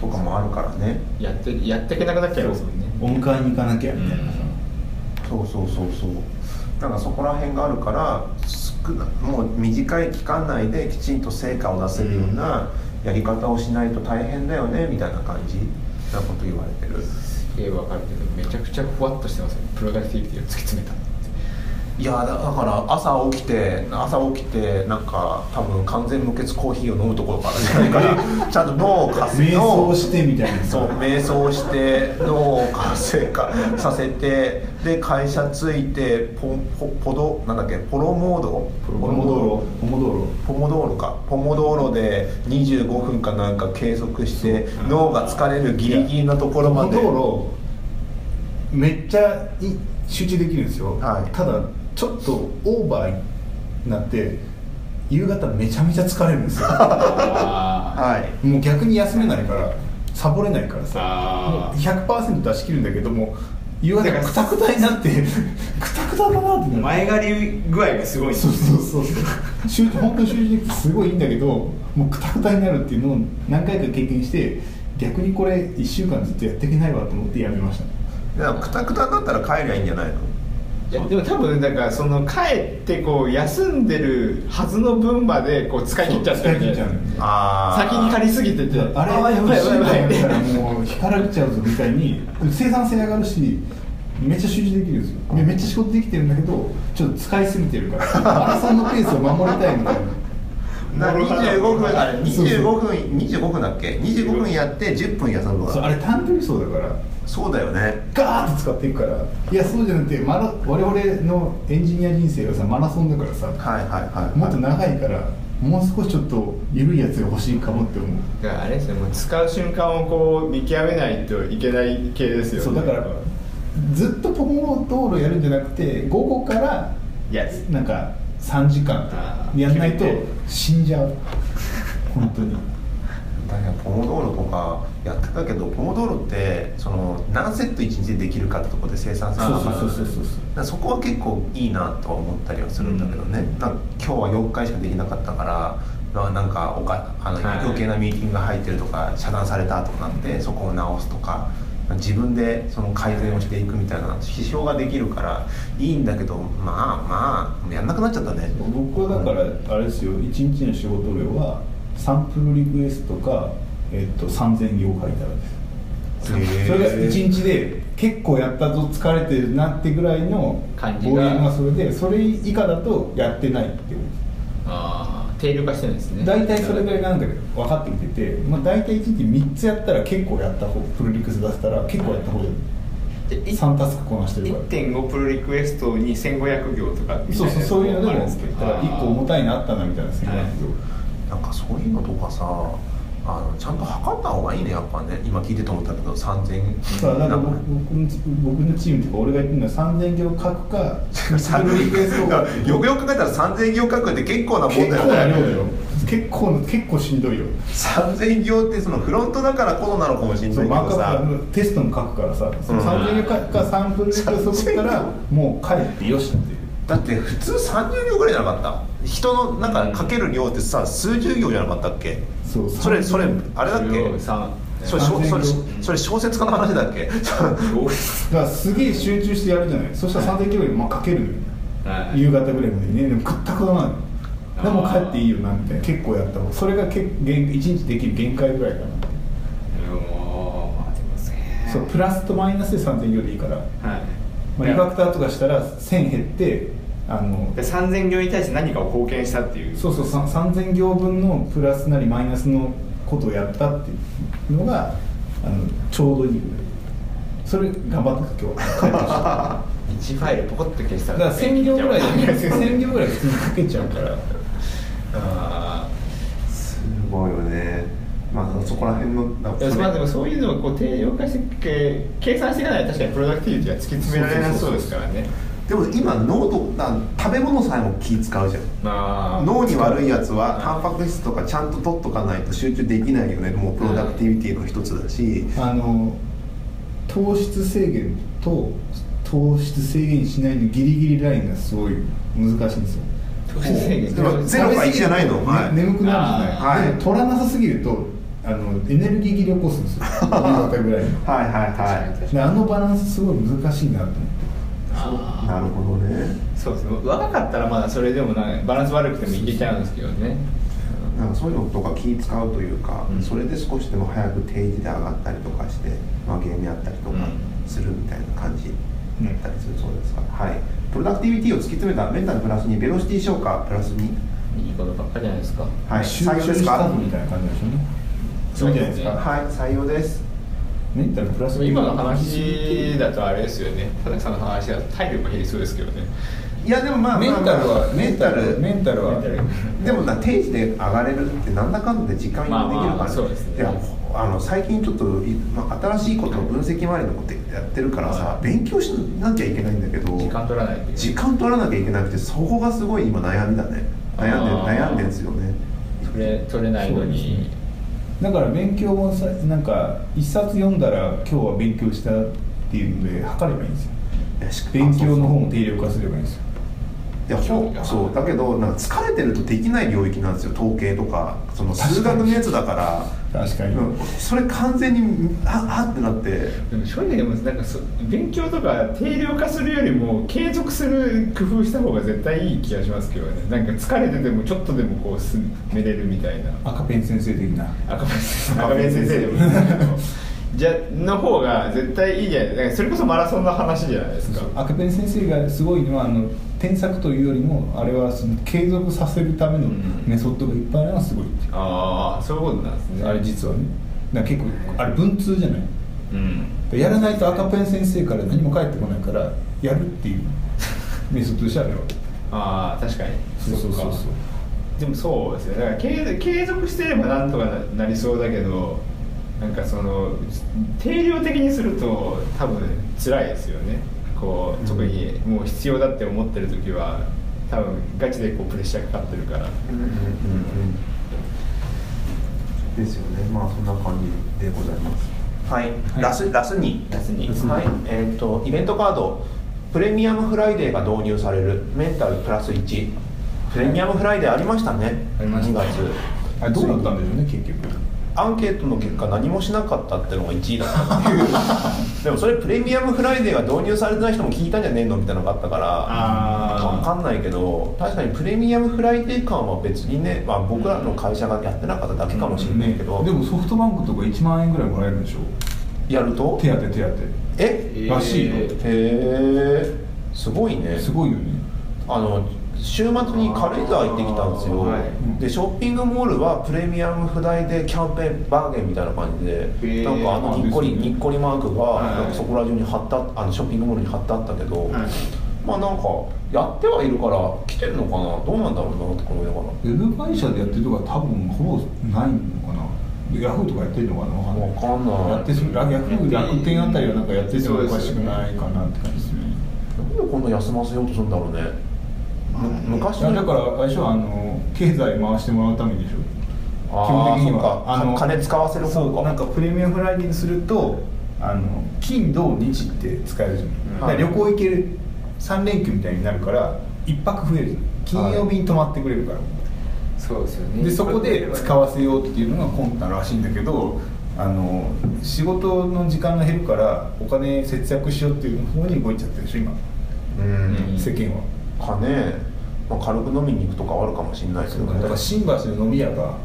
Speaker 2: とかもあるからね
Speaker 4: うん、やってやっていけなくなっちゃいますもんね
Speaker 1: 音階に行かなきゃみたいなさ、
Speaker 2: そうそうそうそうなんかそこら辺があるから少なもう短い期間内できちんと成果を出せるようなやり方をしないと大変だよねみたいな感じなこと言われてる
Speaker 4: すげえわかるけどめちゃくちゃふわっとしてますよねプロダクティビティを突き詰めた
Speaker 2: いやだだから朝起きて朝起きてなんか多分完全無欠コーヒーを飲むところからじゃないから ちゃんと脳を活性
Speaker 1: 瞑想してみたいな
Speaker 2: そう瞑想して脳を活性化させてで会社着いてポポポドなんだっけポロモード
Speaker 1: ポモドーロポモドーロ
Speaker 2: ポモドーロかポモドーロで25分かなんか計測して脳が疲れるギリギリのところま
Speaker 1: ポ
Speaker 2: で
Speaker 1: モドーロめっちゃい集中できるんですよ、
Speaker 2: はい
Speaker 1: ただちょっとオーバーになって夕方めちゃめちゃ疲れるんですよ
Speaker 4: あ
Speaker 2: はい
Speaker 1: もう逆に休めないからサボれないからさ
Speaker 4: あ
Speaker 1: 100%出し切るんだけども夕方クタクタにな ってクタクタだなって
Speaker 3: 前借り具合がすごいんです
Speaker 1: そうそうそうそう集中本当に集中できてすごいいいんだけどもうクタクタになるっていうのを何回か経験して逆にこれ1週間ずっとやっていけないわと思ってやめました
Speaker 2: だからクタクタだったら帰りゃいいんじゃないの
Speaker 4: いやでも多分だからその帰ってこう休んでるはずの分までこう使い切っちゃって
Speaker 1: そう
Speaker 4: る
Speaker 1: 使い切っちゃう
Speaker 2: あー
Speaker 4: 先に借りすぎてて
Speaker 1: あれ
Speaker 4: あやばいやばいや
Speaker 1: 一
Speaker 4: ばい
Speaker 1: 週間やったらもう干からびちゃうぞみたいに生産性上がるしめっちゃ集中できるんですよでめっちゃ仕事できてるんだけどちょっと使いすぎてるからマラソンのペースを守りたいみたいな
Speaker 2: な25分あれ
Speaker 1: そうそう
Speaker 2: 25分25分だっけ25分やって10分休む
Speaker 1: そうあ
Speaker 2: わ
Speaker 1: れ単純走だから
Speaker 2: そうだよね
Speaker 1: ガーッと使っていくからいやそうじゃなくてマラ我々のエンジニア人生はさマラソンだからさ
Speaker 2: はいはいはい、はい、
Speaker 1: もっと長いからもう少しちょっと緩いやつが欲しいかもって思う
Speaker 4: だからあれですねもう使う瞬間をこう見極めないといけない系ですよね
Speaker 1: そうだからずっとポモドーロやるんじゃなくて午後から
Speaker 4: いや
Speaker 1: なんか3時間とかやんないと
Speaker 4: あー決めて
Speaker 1: 死んじゃう本当に
Speaker 2: だからポモドーロとかやってたけどポモドーロってその何セット1日でできるかってとこで生産性
Speaker 1: そう
Speaker 2: が
Speaker 1: そうそうそうそう
Speaker 2: だからそこは結構いいなとは思ったりはするんだけどね、なんか今日は4回しかできなかったからななんかおかあの、
Speaker 4: はい
Speaker 2: 余計なミーティングが入ってるとか遮断されたとかなってそこを直すとか自分でその改善をしていくみたいな指標ができるからいいんだけどまあまあやんなくなっちゃったね
Speaker 1: 僕はだからあれですよ1日の仕事量はサンプルリクエストか、えっと3000行書いたらですそれが1日で結構やったぞ疲れてるなってぐらいの
Speaker 3: 感じ
Speaker 1: ボ
Speaker 3: が
Speaker 1: リュームがそれでそれ以下だとやってないっていう
Speaker 3: ああ定量化してるんですね
Speaker 1: 大体それぐらいなんだけど分かってきてて、まあ、大体1日3つやったら結構やった方プロリクス出せたら結構やった方がいい
Speaker 3: じゃあい
Speaker 1: 3タスクこなしてるから
Speaker 3: 1.5プロリクエストに1500行とかみたい
Speaker 1: そ
Speaker 3: な
Speaker 1: うそうそういうのでも
Speaker 3: あるんすけど
Speaker 1: 1個重たいのあったなみたいな線があるけど
Speaker 2: なんかそういうのとかさあのちゃんと測った方がいいねやっぱね今聞いてて思ったんだけど3000
Speaker 1: そうだから
Speaker 2: なんか
Speaker 1: 僕僕の僕のチームとか俺が言ってるのは3000行書くか
Speaker 2: 3000
Speaker 1: プロリクエストか
Speaker 2: よくよく考えたら3000行書くって結構なもんだ
Speaker 1: 結
Speaker 2: よ
Speaker 1: 構な量だよ結構な結構しんどいよ
Speaker 2: 3000行ってそのフロントだからこそなのかもしれない
Speaker 1: そう
Speaker 2: け
Speaker 1: マー
Speaker 2: ど
Speaker 1: クア
Speaker 2: さ
Speaker 1: ップテストも書くからさ、その3000行書くかサンプルでそこからもう帰ってよしっていう
Speaker 2: だって普通30行ぐらいじゃなかった人のなんかかける量ってさ数十行じゃなかったっけ
Speaker 1: そう
Speaker 2: それそれあれだっけ
Speaker 3: さ
Speaker 2: それ小それ
Speaker 1: 3000行
Speaker 2: それ小説家の話だっけ
Speaker 1: だからすげえ集中してやるじゃないそしたら3000キロまあかけるのよ
Speaker 3: はい
Speaker 1: 夕方ぐらいまでにねでも全くないのでも帰っていいよなみたいな結構やった方それが結限1日できる限界ぐらいかな
Speaker 3: もうでもね
Speaker 1: そうプラスとマイナスで3000キロでいいから、
Speaker 3: はい
Speaker 1: まあ、リファクターとかしたら1000減ってあの
Speaker 3: で3000行に対して何かを貢献したっていう
Speaker 1: そうそうさん3000行分のプラスなりマイナスのことをやったっていうのがあのちょうどいいぐらいそれ頑張った今日
Speaker 3: 1ファイルポコッと消した
Speaker 1: だから1000行ぐらい1000行ぐらい普通にかけちゃうから
Speaker 3: あ
Speaker 2: すごいよねまあそこら辺のなんか
Speaker 3: あ
Speaker 2: それ
Speaker 3: まあでもそういうのをこう定量化してけ計算していかないと確かにプロダクティビティは突き詰められなそうですからね
Speaker 2: でも今脳とな食べ物さえも気使うじゃん
Speaker 3: ま
Speaker 2: 脳に悪いやつはタンパク質とかちゃんと取っとかないと集中できないよねもうプロダクティビティの一つだし
Speaker 1: あの糖質制限と糖質制限しないのギリギリラインがすごい難しいんですよ
Speaker 2: でもゼロか1じゃないの
Speaker 1: ね
Speaker 2: はい
Speaker 1: 眠くなるじゃない、
Speaker 2: はい
Speaker 1: でも取らなさすぎるとあのエネルギー切れ起こすんです よ夕方ぐらいに
Speaker 2: はいはい
Speaker 3: 確
Speaker 1: であのバランスすごい難しいなと思って
Speaker 2: いなるほどね
Speaker 3: そうですね若かったらまだそれでもなバランス悪くてもいけちゃうんですけどね
Speaker 2: なんかそういうのとか気使うというか、
Speaker 3: うん
Speaker 2: それで少しでも早く定時で上がったりとかして、まあ、ゲームやったりとか
Speaker 3: うん
Speaker 2: するみたいな感じだったりするそうですが、はいプロダクティビティを突き詰めたメンタルプラスにベロシティ消化プラスに
Speaker 3: いいことばっかりじゃないですか
Speaker 2: はい
Speaker 1: 集
Speaker 2: 採用
Speaker 1: 中
Speaker 2: です
Speaker 1: した
Speaker 2: か
Speaker 1: みたいな感じでしょうね
Speaker 3: そう
Speaker 1: じ
Speaker 3: で
Speaker 1: ゃない
Speaker 3: すね
Speaker 1: ですか
Speaker 2: はい採用です
Speaker 1: メンタルプラス
Speaker 3: 今の話だとあれですよね田崎さんの話だと体力が減りそうですけどね
Speaker 2: いやでもまあ
Speaker 1: メンタルは
Speaker 2: メンタル
Speaker 1: メンタルは
Speaker 2: でもな定時で上がれるってなんだかんだで時間
Speaker 3: ま
Speaker 2: が
Speaker 3: あ
Speaker 2: で
Speaker 3: まあ
Speaker 2: きるから、
Speaker 3: そうですね
Speaker 2: でもあの最近ちょっと、いまあ、新しいことの分析周りのことやってるからさ、
Speaker 3: はい
Speaker 2: 勉強しなきゃいけないんだけど
Speaker 3: 時間取らないと
Speaker 2: 時間取らなきゃいけなくてそこがすごい今悩みだね悩んで
Speaker 3: あー
Speaker 2: 悩んでんですよね
Speaker 3: 取れ取れないの
Speaker 1: そうです
Speaker 3: に
Speaker 1: ねだから勉強もさなんか一冊読んだら今日は勉強したっていうので測ればいいんですよ
Speaker 2: いやし
Speaker 1: 勉強の方
Speaker 2: あ
Speaker 1: も定量化すればいいんですよ
Speaker 2: そうそういやほそうだけどなんか疲れてるとできない領域なんですよ統計とかその数学のやつだから
Speaker 1: 確かに、
Speaker 2: うんそれ完全にああってなって
Speaker 3: でも正直でもなんかそ勉強とか定量化するよりも継続する工夫した方が絶対いい気がしますけどねなんか疲れててもちょっとでもこう進めれるみたいな
Speaker 1: 赤ペン先生的な
Speaker 3: 赤目先生赤目先生 でもいいんですけどじゃの方が絶対いいじゃないなんかそれこそマラソンの話じゃないですか
Speaker 1: 赤ペン先生がすごいのはあの添削というよりもあれはその継続させるための
Speaker 3: うん
Speaker 1: メソッドがいっぱいあるのがすごいってい
Speaker 3: ああそういうことなんです
Speaker 1: う
Speaker 3: ね
Speaker 1: あれ実はねだから結構あれ文通じゃない
Speaker 3: うん
Speaker 1: やらないと赤ペン先生から何も返ってこないからやるっていうメソッドでしょあれは
Speaker 3: ああ確かに
Speaker 1: そうそうそうそう
Speaker 3: でもそうですよだから継継続してればなんとかななりそうだけどなんかその定量的にすると多分辛いですよねこう特にもう必要だって思ってる時は多分ガチでこうプレッシャーかかってるから
Speaker 2: ですよねまあそんな感じでございますはい、ラスラスに
Speaker 3: ラスに
Speaker 2: はいえっ、とイベントカードプレミアムフライデーが導入されるメンタルプラス1プレミアムフライデーありましたね、
Speaker 3: ありました
Speaker 2: 2月
Speaker 1: あれどうだったんでしょうね結局
Speaker 2: アンケートの結果何もしなかったってのが1位だったっていう でもそれプレミアムフライデーが導入されてない人も聞いたんじゃねえのみたいなのがあったから
Speaker 3: あー
Speaker 2: 分かんないけど確かにプレミアムフライデー感は別にね、まあ、僕らの会社がやってなかっただけかもしれないけど、
Speaker 1: でもソフトバンクとか1万円ぐらいもらえるんでしょ
Speaker 2: やると
Speaker 1: 手当て手当て
Speaker 2: え
Speaker 1: えらしいよ
Speaker 2: へえすごいね
Speaker 1: すごいよね
Speaker 2: あの週末に軽井沢行ってきたんですよ、
Speaker 3: はい
Speaker 2: でショッピングモールはプレミアム不在でキャンペーンバーゲンみたいな感じで、
Speaker 3: ー
Speaker 2: なんかあのにっこり、
Speaker 1: ですね
Speaker 2: にっこりマークが、
Speaker 3: はい
Speaker 2: なんかそこら中に貼ったあのショッピングモールに貼ってあったけど、
Speaker 3: はい
Speaker 2: まあなんかやってはいるから来てるのかなどうなんだろうなとか思いながら
Speaker 1: ウェブ会社でやってるとか多分ほぼないのかなヤフーとかやってるのかなわかんない
Speaker 2: わかんない
Speaker 1: やってそうヤフー楽天あたりはなんかやっててもおかしくないかなって感じですよね
Speaker 2: なんでこんな休ませようとするんだろうね、む昔
Speaker 1: いや
Speaker 2: の
Speaker 1: だから最初はあの経済回してもらうためでしょ
Speaker 2: あーそっかか金使わせる方
Speaker 1: そう
Speaker 2: か
Speaker 1: なんかプレミアムフライデーにするとあの金土日って使えるじゃん、
Speaker 2: はい
Speaker 1: だから旅行行ける3連休みたいになるから一泊増えるじゃん金曜日に泊まってくれるから、
Speaker 3: そうですよね
Speaker 1: でそこで使わせようっていうのがコンタらしいんだけどあの仕事の時間が減るからお金節約しようっていう方に動いちゃってるでしょ今
Speaker 2: うん
Speaker 1: 世間は、
Speaker 2: かね、まあ、軽く飲みに行くとかはあるかもしれないけどね
Speaker 1: だから新橋の飲み屋が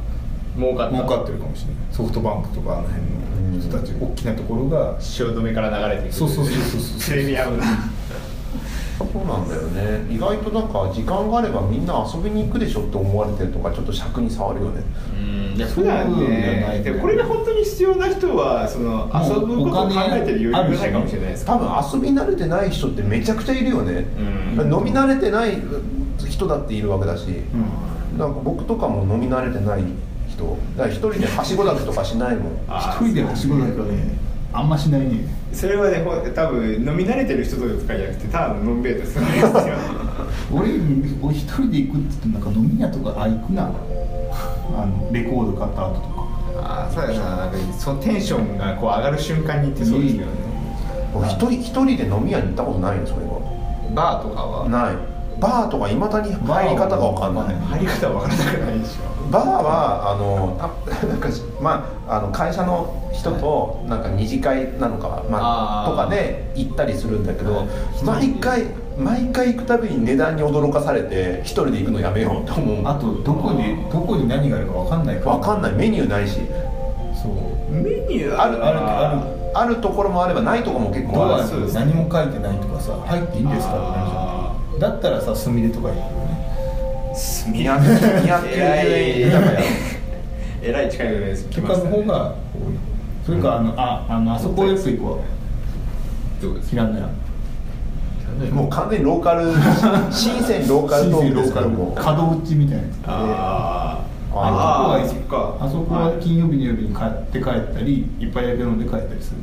Speaker 3: 儲かった
Speaker 1: 儲かってるかもしれないソフトバンクとかあの辺の人たち大きなところが
Speaker 3: 汐留から流れてくる
Speaker 1: そうそうそうそうそう
Speaker 3: プレミアムだ
Speaker 2: そうなんだよね意外となんか時間があればみんな遊びに行くでしょって思われてるとかちょっと尺に触るよね
Speaker 3: うんいや
Speaker 1: そう
Speaker 3: 普
Speaker 1: いうの
Speaker 3: 段
Speaker 1: じゃない
Speaker 3: ね
Speaker 1: ね
Speaker 3: でもこれが本当に必要な人はその
Speaker 1: も
Speaker 3: 遊
Speaker 1: う
Speaker 3: ぶことを
Speaker 1: お
Speaker 3: 考
Speaker 1: 金
Speaker 3: えてる余裕がないかもしれないです
Speaker 2: 多分遊び慣れてない人ってめちゃくちゃいるよね、
Speaker 3: うん
Speaker 2: 飲み慣れてない人だっているわけだし、なんか僕とかも飲み慣れてない人だから一人ではしごだけとかしないもん
Speaker 3: あ
Speaker 1: 一人ではしごなんかねあんましないね
Speaker 3: それはねほん多分飲み慣れてる人とかじゃなくてただののんべえとするんですよ
Speaker 1: 俺俺一人で行くっつってなんか飲み屋とかあ行くなあのレコード買った後とか
Speaker 3: ああそうやななんかそのテンションがこう上がる瞬間に行ってそうですよね
Speaker 2: 俺一人一人で飲み屋に行ったことないのそれは
Speaker 3: バーとかは
Speaker 2: ないバーとかいまだに入り方が分かんない
Speaker 3: 入り方わからなくないでしょ
Speaker 2: バーはあのあ なんかしまああの会社の人となんか二次会なのか、まあ、
Speaker 3: あー
Speaker 2: とかで行ったりするんだけ
Speaker 3: は
Speaker 2: ど
Speaker 3: い
Speaker 2: 毎回毎回行くたびに値段に驚かされて一人で行くのやめようと
Speaker 1: あ
Speaker 2: 思
Speaker 1: とどこにどこに何があるか分かんないうから
Speaker 2: 分かんないメニューないし
Speaker 1: そう
Speaker 3: メニュー
Speaker 2: ある
Speaker 1: あるある
Speaker 2: あるところもあればないところも結
Speaker 1: ド
Speaker 2: 構あ
Speaker 1: ア
Speaker 2: る
Speaker 3: そうで
Speaker 1: に
Speaker 3: すね
Speaker 1: 何も書いてないとかさ入っていいんですかってなるじ
Speaker 3: あ
Speaker 1: ゃんだったらさすみれとか行くよね
Speaker 2: 290円だから
Speaker 3: えらい近いぐらいです
Speaker 1: とかの方が多いそれかあのああのあそこよく行くわ
Speaker 3: どうです
Speaker 1: 平野屋
Speaker 2: もう完全にローカル 深センローカルトークですけども
Speaker 1: 角打ちみたいなやつ
Speaker 3: あー
Speaker 1: あ
Speaker 3: あ
Speaker 1: の
Speaker 3: ーそっか
Speaker 1: あそこは金曜日の夜に帰って帰ったりいっぱい焼け飲んで帰ったりする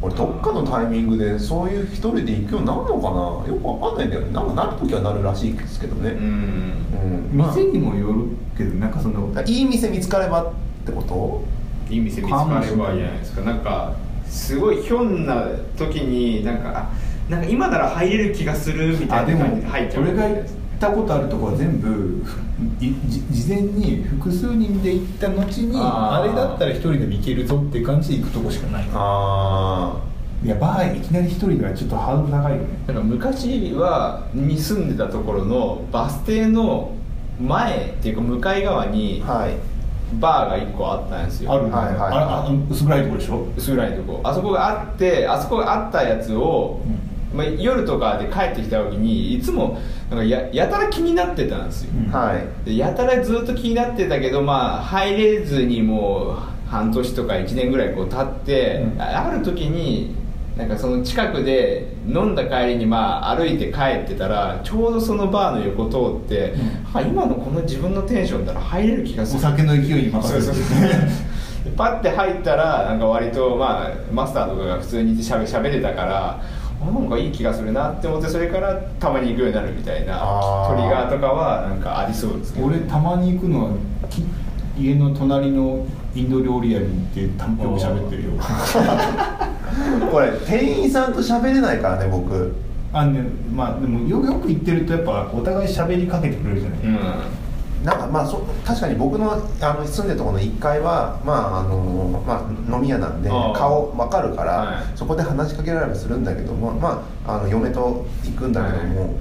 Speaker 2: 俺どっかのタイミングでそういう一人で行くようになるのかなよくわかんないんだよねなんかなる時はなるらしいですけど
Speaker 3: う
Speaker 2: ね
Speaker 3: ん
Speaker 2: うん、まあ
Speaker 1: 店にもよるけどなんかその
Speaker 2: いい店見つかればってこと
Speaker 3: いい店見つかればいいじゃないですかなんかすごいひょんな時になんかあなんか今なら入れる気がするみた
Speaker 1: あで
Speaker 3: いな
Speaker 1: も
Speaker 3: 感じで入っちゃう
Speaker 1: 俺が行ったことあるとこは全部いじ事前に複数人で行った後にあ
Speaker 3: あー
Speaker 1: れだったら一人でも行けるぞっていう感じで行くとこしかない
Speaker 2: あ
Speaker 1: いやバーいきなり一人ではちょっとハードル高いよね
Speaker 3: なんか昔はに住んでたところのバス停の前っていうか向かい側に
Speaker 2: はい
Speaker 3: バーが1個あったんですよ
Speaker 1: あるね
Speaker 2: はいはいはい
Speaker 1: ああの薄暗いとこでしょ
Speaker 3: 薄暗いとこあそこがあってあそこがあったやつを、まあ、夜とかで帰ってきた時にいつもなんかややたら気になってたんですよ、
Speaker 1: うん
Speaker 2: はい
Speaker 3: でやたらずっと気になってたけど、まあ、入れずにもう半年とか1年ぐらいこう経って、
Speaker 1: うん
Speaker 3: あある時になんかその近くで飲んだ帰りにまあ歩いて帰ってたらちょうどそのバーの横通って、あ今のこの自分のテンションなら入れる気が
Speaker 1: お
Speaker 3: する
Speaker 1: 酒の勢いに任せて
Speaker 3: で パッて入ったらなんか割と、まあ、マスターとかが普通にしゃべしゃべれたからあなんかいい気がするなって思ってそれからたまに行くようになるみたいな
Speaker 2: あー
Speaker 3: トリガーとかはなんかありそうですけど
Speaker 1: 俺たまに行くのはき家の隣のインド料理屋に行ってたよく喋ってるよ
Speaker 2: これ店員さんと喋れないからね僕
Speaker 1: あのねまあでもよよく行ってるとやっぱお互い喋りかけてくれるじゃない、
Speaker 3: うん
Speaker 2: なんかまあそ確かに僕のあの住んでるところの1階は、まああのまあ、飲み屋なんで
Speaker 3: あー
Speaker 2: 顔わかるから、
Speaker 3: はい
Speaker 2: そこで話しかけられはするんだけども、まあ、あの嫁と行くんだけども、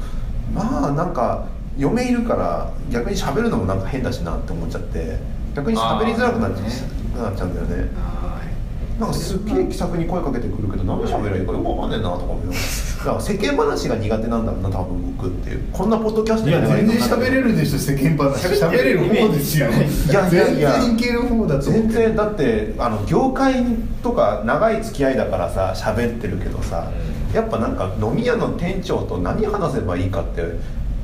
Speaker 2: まあなんか嫁いるから逆に喋るのもなんか変だしなって思っちゃって逆に喋りづらくなっちゃ
Speaker 3: あー
Speaker 2: なっちゃうんだよね
Speaker 3: はい
Speaker 2: なんかすっげえ気さくに声かけてくるけど何喋りゃいいかよくわかんねえなとか思いますだから世間話が苦手なんだろうな多分僕っていうこんなポッドキャスト
Speaker 1: いや
Speaker 2: やれば
Speaker 1: 全
Speaker 2: の
Speaker 1: 然
Speaker 2: か
Speaker 1: 喋
Speaker 2: な
Speaker 1: れるでしょ世間話喋れる方ですよ
Speaker 2: いやいやいや
Speaker 1: 全然いける方だと思う
Speaker 2: 全然だってあの業界とか長い付き合いだからさ喋ってるけどさ、やっぱなんか飲み屋の店長と何話せばいいかって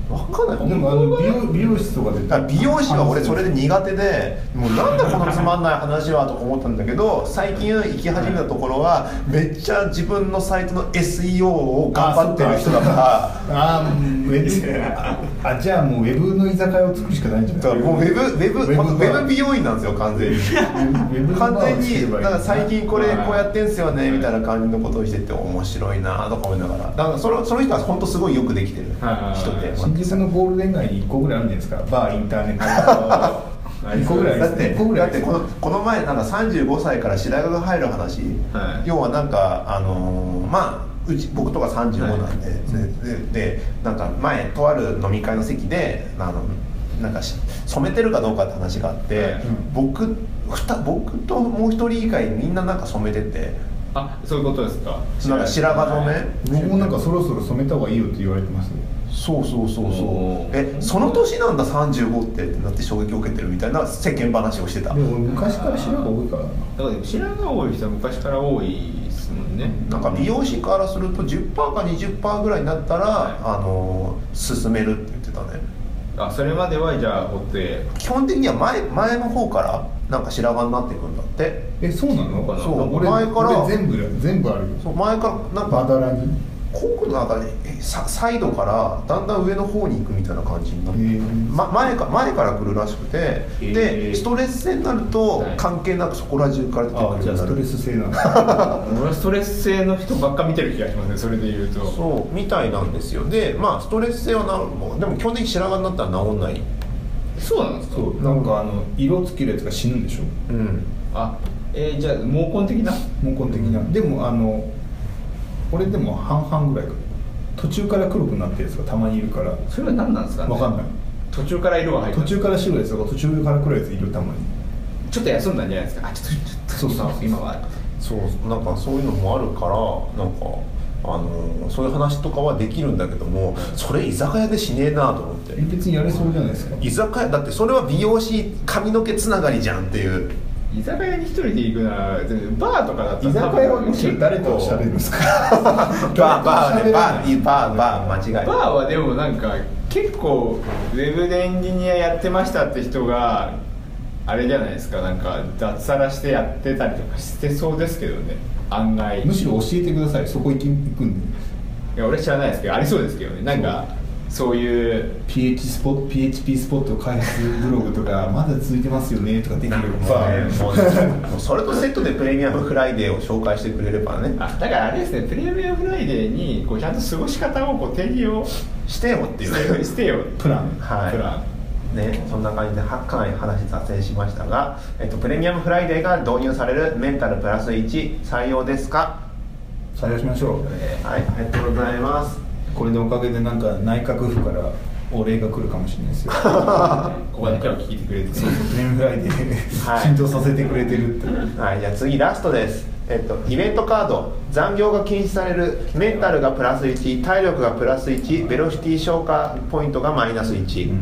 Speaker 2: 分かんない
Speaker 1: でもあの美容美容室とかで
Speaker 2: だから美容師は俺 それで苦手でもうなんだこのつまんない話はとか思ったんだけど最近行き始めたところはめっちゃ自分のサイトの SEO を頑張ってる人だから。
Speaker 1: あーうんウェブあじゃあもうウェブの居酒屋を作るしかないんじゃな
Speaker 2: だか
Speaker 1: い
Speaker 2: らもうウェブウェブ
Speaker 1: ウェブバー
Speaker 2: ウェブ美容院なんですよ完全に
Speaker 1: ェブバー
Speaker 2: 完
Speaker 1: を
Speaker 2: 全
Speaker 1: 作れ
Speaker 2: に
Speaker 1: ばいい
Speaker 2: だから最近これこうやってんすよねみたいな感じのことをしてて面白いなとか思いながらだからそのその人は本当すごいよくできてる
Speaker 3: はい
Speaker 2: 人で
Speaker 1: 新宿のゴールデン街に1個ぐらいあるんじゃないですかバーインターネット1個ぐらい
Speaker 2: だっ
Speaker 1: あ
Speaker 2: て
Speaker 1: るぐ
Speaker 2: だ
Speaker 1: らい
Speaker 2: ってこのこの前なんか35歳から白髪が生える話、
Speaker 3: はい
Speaker 2: 要はなんかあのーまあうち僕とか35なんで、でででなんか前とある飲み会の席であのなんかし染めてるかどうかって話があって、
Speaker 3: はい
Speaker 2: 僕ふた僕ともう一人以外みんななんか染めてて
Speaker 3: あそういうことですか
Speaker 2: なんか白髪染め、
Speaker 1: 僕もなんかそろそろ染めた方がいいよって言われてますね
Speaker 2: そうそうそうそう
Speaker 3: おー
Speaker 2: えその年なんだ35ってってなって衝撃を受けてるみたいな世間話をしてた
Speaker 1: でも俺昔から白が多いからな
Speaker 3: だから白髪が多い人は昔から多いですもんね
Speaker 2: なんか美容師からすると10%か20%ぐらいになったら、
Speaker 3: はい
Speaker 2: あの進めるって言ってたね
Speaker 3: あそれまではじゃあほって
Speaker 2: 基本的には前前の方からなんか白髪になっていくんだって
Speaker 1: えそうなの
Speaker 2: そう
Speaker 1: 俺
Speaker 2: 前から
Speaker 1: 俺全部全部あるよ
Speaker 2: そう前からなん
Speaker 1: ま
Speaker 2: か
Speaker 1: だらに
Speaker 2: こうなんかねえササイドからだんだん上の方に行くみたいな感じになって、
Speaker 1: へー
Speaker 2: ま、前か前から来るらしくて
Speaker 3: へ
Speaker 2: で
Speaker 3: ー
Speaker 2: ストレス性になると
Speaker 3: はい
Speaker 2: 関係なくそこら中から出てくるよ
Speaker 1: あ
Speaker 2: う
Speaker 1: じゃあ
Speaker 2: にな
Speaker 1: ストレ
Speaker 2: る
Speaker 1: ス性なんだ
Speaker 3: 俺はストレス性の人ばっか見てる気がしますねそれで言うと
Speaker 2: そうみたいなんですよでまあストレス性はなるもんでも基本的に白髪になったら治んない
Speaker 3: そうなんですか
Speaker 1: そうなんかあの色つけるやつが死ぬんでしょ
Speaker 2: うん
Speaker 3: あえー、じゃあ毛根的な
Speaker 1: 毛根的なでもあの俺でも半々ぐらいか途中から黒くなったやつがたまにいるから
Speaker 3: それは何なんですかね
Speaker 1: 分かんない
Speaker 3: 途中から色が入った
Speaker 1: 途中から白いやつとか途中から黒いやついるたまに
Speaker 3: ちょっと休んだんじゃないですかあちょっとちょっと
Speaker 1: そうそう
Speaker 3: 今今は
Speaker 2: そうなんかそういうのもあるからなんかあのそういう話とかはできるんだけどもそれ居酒屋でしねえなと思って
Speaker 1: 鉛筆にやれそうじゃないですか
Speaker 2: 居酒屋だってそれは美容師髪の毛つながりじゃんっていう
Speaker 3: 居酒屋に一人で行くなら全然バーとかだった
Speaker 1: 居酒屋はむしろ誰と喋るんですか
Speaker 2: バーバーでバーバーバー間違い
Speaker 3: バーはでもなんか結構ウェブでエンジニアやってましたって人があれじゃないですかなんか脱サラしてやってたりとかしてそうですけどね案外
Speaker 1: む
Speaker 3: い
Speaker 1: しろ教えてくださいそこ行き行くんで
Speaker 3: や俺知らないですけどありそうですけどねなんかそういう
Speaker 1: PH スポット PHP スポット開発ブログとかまだ続いてますよねとかできる
Speaker 2: バーねもうねもうそれとセットでプレミアムフライデーを紹介してくれればね
Speaker 3: あだからあれですねプレミアムフライデーにこうちゃんと過ごし方をこう定義を
Speaker 2: してよってい
Speaker 3: して
Speaker 2: う
Speaker 3: してよ
Speaker 1: プラン
Speaker 2: はい
Speaker 3: プラン
Speaker 2: ね、そんな感じではかなり話脱線しましたが、えっと、プレミアムフライデーが導入されるメンタルプラス1採用ですか
Speaker 1: 採用しましょう
Speaker 2: はい、ありがとうございます。
Speaker 1: これでおかげでなんか内閣府からお礼が来るかもしれないですよ
Speaker 3: ここだけは聞いてくれて
Speaker 1: そうプレミアムフライデーで
Speaker 2: はい
Speaker 1: 浸透させてくれてるって、
Speaker 2: はい、じゃあ次ラストです。えっと、イベントカード残業が禁止されるメンタルがプラス1体力がプラス1ベロシティ消化ポイントがマイナス1、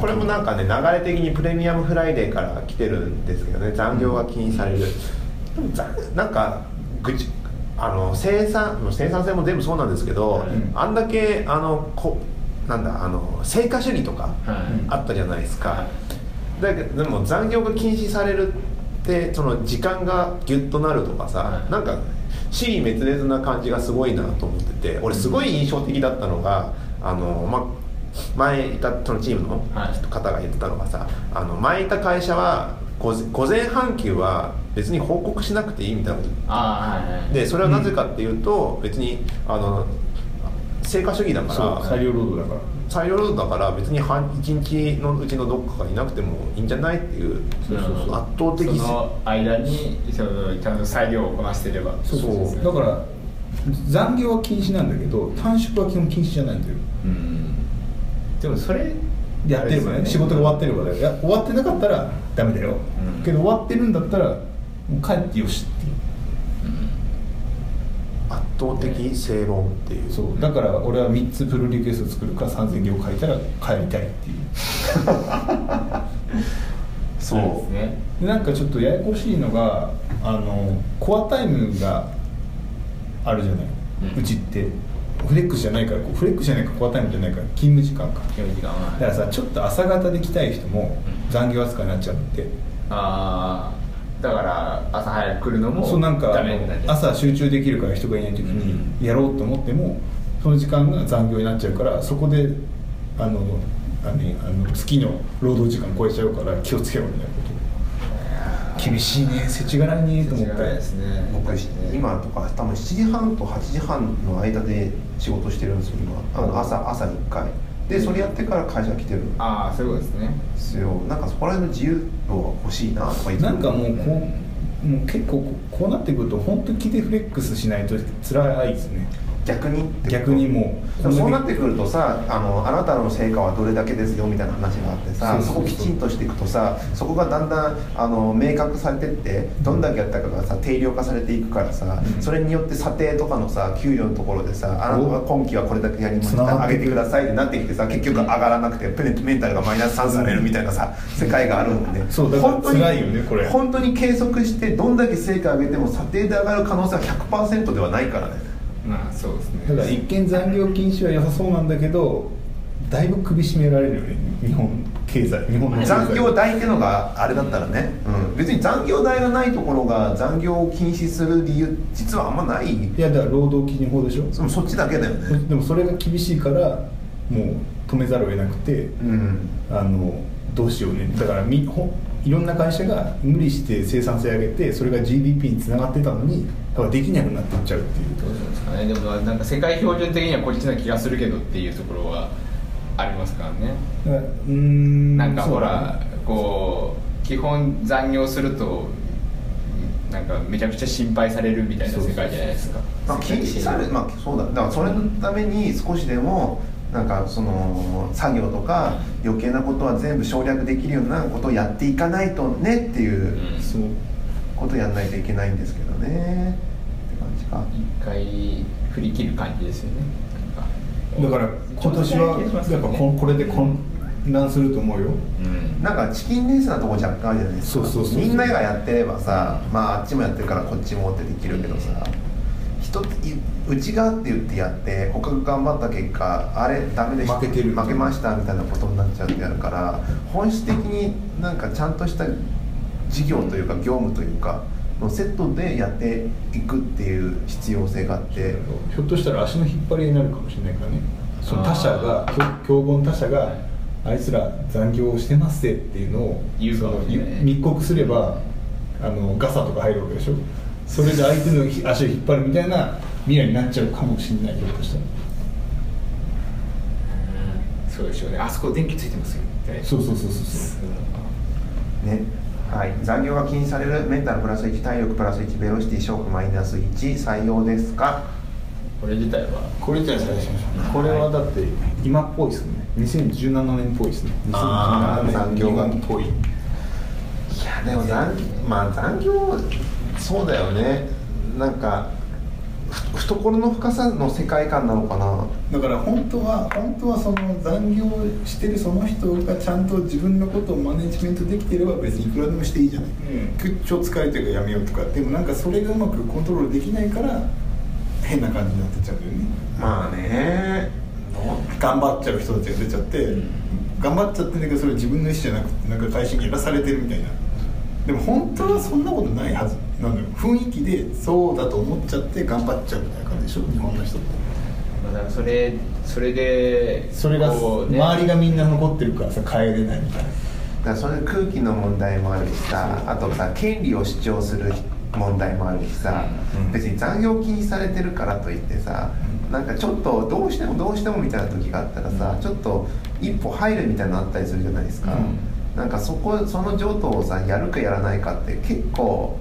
Speaker 2: これもなんかね流れ的にプレミアムフライデーから来てるんですけどね残業が禁止される、でも残なんか愚痴あの生産生産性も全部そうなんですけど、
Speaker 1: ん
Speaker 2: あんだけあのこなんだあの成果主義とか、
Speaker 3: はい
Speaker 2: あったじゃないですか、だけどでも残業が禁止されるってその時間がギュッとなるとかさ、
Speaker 3: はい
Speaker 2: なんか死意滅裂な感じがすごいなと思ってて俺すごい印象的だったのが、あのま前いたそのチームの
Speaker 3: はい
Speaker 2: 方が言ってたのがさ、あの前いた会社は午前午前半休は別に報告しなくていいみたいなこと
Speaker 3: ああはいはい
Speaker 2: でそれはなぜかっていうと、別にあの成果主義だか
Speaker 1: そう
Speaker 2: ら
Speaker 1: 採用労働だか
Speaker 2: 採用労働だから別に半一日のうちのどっかがいなくてもいいんじゃないっていう
Speaker 3: そうそうそう
Speaker 2: 圧倒的
Speaker 3: その間にそのちゃんと裁量をこなしてれば
Speaker 1: らそう
Speaker 2: そう
Speaker 1: だから残業は禁止なんだけど短縮は基本禁止じゃないんだよ
Speaker 3: うんでもそれ
Speaker 1: やってればね仕事が終わってればだよいや終わってなかったらダメだよ、
Speaker 3: うん
Speaker 1: けど終わってるんだったらもう帰ってよしって
Speaker 2: 倒的正論っていう
Speaker 1: そうだから俺は3つプロリクエスト作るから3000行書いたら帰りたいっていう
Speaker 2: そう
Speaker 3: ですね
Speaker 1: でなんかちょっとややこしいのがあのコアタイムがあるじゃない、うちってフレックスじゃないからこうフレックスじゃないかコアタイムじゃないから勤務時間か
Speaker 3: 距離感
Speaker 1: だ
Speaker 3: は
Speaker 1: からさちょっと朝方で来たい人も残業扱いになっちゃって
Speaker 3: ああだから朝早く来るのも
Speaker 1: そうなんかあ
Speaker 3: ダメになっち
Speaker 1: の
Speaker 3: ゃう
Speaker 1: 朝集中できるから人がいない時にやろうと思ってもその時間が残業になっちゃうからそこであのあのあの月の労働時間超えちゃうから気をつけろみたいなこと厳しいね世知辛いねと思っ
Speaker 3: 違うで
Speaker 1: て
Speaker 3: すね
Speaker 2: 僕今とか多分7時半と8時半の間で仕事してるんですよ今あの朝朝1回でそれやってから会社来てるんで
Speaker 3: ああそういうことですね
Speaker 2: すよなんかそこら辺の自由度が欲しいなとかいつも
Speaker 1: なんかもうこうもう結構こうこうなってくると本当気でフレックスしないと辛いですね
Speaker 2: 逆にってこと
Speaker 1: 逆にもう
Speaker 2: でもそうなっ
Speaker 1: こんだ
Speaker 2: てくるとさあのあなたの成果はどれだけですよみたいな話があってさ
Speaker 1: そう
Speaker 2: そ
Speaker 1: そうそう
Speaker 2: こきちんとしていくとさそこがだんだんあの明確されてってどんだけやったかがさ定量化されていくからさ、それによって査定とかのさ給与のところでさあなたは今期はこれだけやりまし
Speaker 1: 繋が
Speaker 2: た
Speaker 1: っ
Speaker 2: 上
Speaker 1: て
Speaker 2: げてくださいってなってきてさ結局上がらなくてペンメンタルがマイナス3されるみたいなさ世界があるんで
Speaker 1: そうだから
Speaker 2: 本当に
Speaker 1: 辛いよねこれ
Speaker 2: 本当に計測してどんだけ成果上げても査定で上がる可能性は100%ではないからね
Speaker 3: まあそうですね
Speaker 1: から一見残業禁止は良さそうなんだけどだいぶ首絞められるよね日本経済日本の経済
Speaker 2: 残業代ってのがあれだったらね、うん、別に残業代がないところが残業を禁止する理由実はあんまない
Speaker 1: いやだから労働基準法でしょ
Speaker 2: そのそっちだけだよね
Speaker 1: でもそれが厳しいからもう止めざるを得なくて
Speaker 2: うん
Speaker 1: あのどうしようねだからみほいろんな会社が無理して生産性上げてそれが GDP につながってたのにだからできなくなってっちゃうっていう
Speaker 3: どうするんですかねでもなんか世界標準的にはこっちな気がするけどっていうところはありますからね
Speaker 1: だからうーん
Speaker 3: なんか
Speaker 1: そう
Speaker 3: ほ
Speaker 1: だね
Speaker 3: らこう基本残業するとなんかめちゃくちゃ心配されるみたいな世界じゃないですか
Speaker 2: まあ、禁止されまあそうだだからそれのために少しでもなんかその作業とか余計なことは全部省略できるようなことをやっていかないとねっていう
Speaker 3: うん一
Speaker 1: そう
Speaker 2: ことをやんないといけないんですけどねって感じか
Speaker 3: 回振り切る感じですよねなんか
Speaker 1: だから今年はやっぱここれで混乱すると思うよ
Speaker 3: うん
Speaker 2: なんかチキンレースなとこ若干あるじゃないですか
Speaker 1: そうそうそう
Speaker 2: みんながやってればさまああっちもやってるからこっちもってできるけどさ人いうちがって言ってやって他が頑張った結果あれダメでした
Speaker 1: 負けてる
Speaker 2: 負けましたみたいなことになっちゃってやるから本質的になんかちゃんとした事業というか業務というかのセットでやっていくっていう必要性があって
Speaker 1: ひょっとしたら足の引っ張り合いになるかもしれないからねその他社が競競合の他社があいつら残業してますぜっていうのを
Speaker 3: 言うかもしれない
Speaker 1: その密告すればあのガサとか入るわけでしょそれで相手のひ足を引っ張るみたいな未来になっちゃうかもしれないひょっとしたら
Speaker 3: そうでしょうねあそこ電気ついてますよみたいな
Speaker 1: そうそうそうそうそう
Speaker 2: ねはい、残業が禁止されるメンタルプラス1体力プラス1ベロシティショックマイナス1採用ですか
Speaker 3: これ自体は
Speaker 1: これじゃあ最しましょうこれはだって今っぽいですね2017年っぽいですね
Speaker 2: あ
Speaker 1: 2017年
Speaker 2: ー残業が
Speaker 1: っぽい
Speaker 2: いやでも残,、まあ、残業そうだよねなんかふ懐の深さの世界観なのかな
Speaker 1: だから本当は本当はその残業してるその人がちゃんと自分のことをマネジメントできてれば別にいくらでもしていいじゃない、今日ちょっと疲れてるからやめようとかでもなんかそれがうまくコントロールできないから変な感じになってっちゃうんだよね
Speaker 2: まあね
Speaker 1: 頑張っちゃう人たちが出ちゃって、頑張っちゃってんだけどそれ自分の意思じゃなくてなんか会社にやらされてるみたいなでも本当はそんなことないはずなのよ雰囲気でそうだと思っちゃって頑張っちゃうみたいな感じでしょ日本の人って。
Speaker 3: まあだからそれそれで
Speaker 1: それが、
Speaker 3: こうね
Speaker 1: 周りがみんな残ってるからさ帰れないみたいな
Speaker 2: だからそれ空気の問題もあるしさあとさ権利を主張する問題もあるしさ、
Speaker 1: うん
Speaker 2: 別に残業禁止されてるからといってさなんかちょっとどうしてもどうしてもみたいな時があったらさ、ちょっと一歩入るみたいなのあったりするじゃないですか、
Speaker 1: うん
Speaker 2: なんかそこその譲渡をさやるかやらないかって結構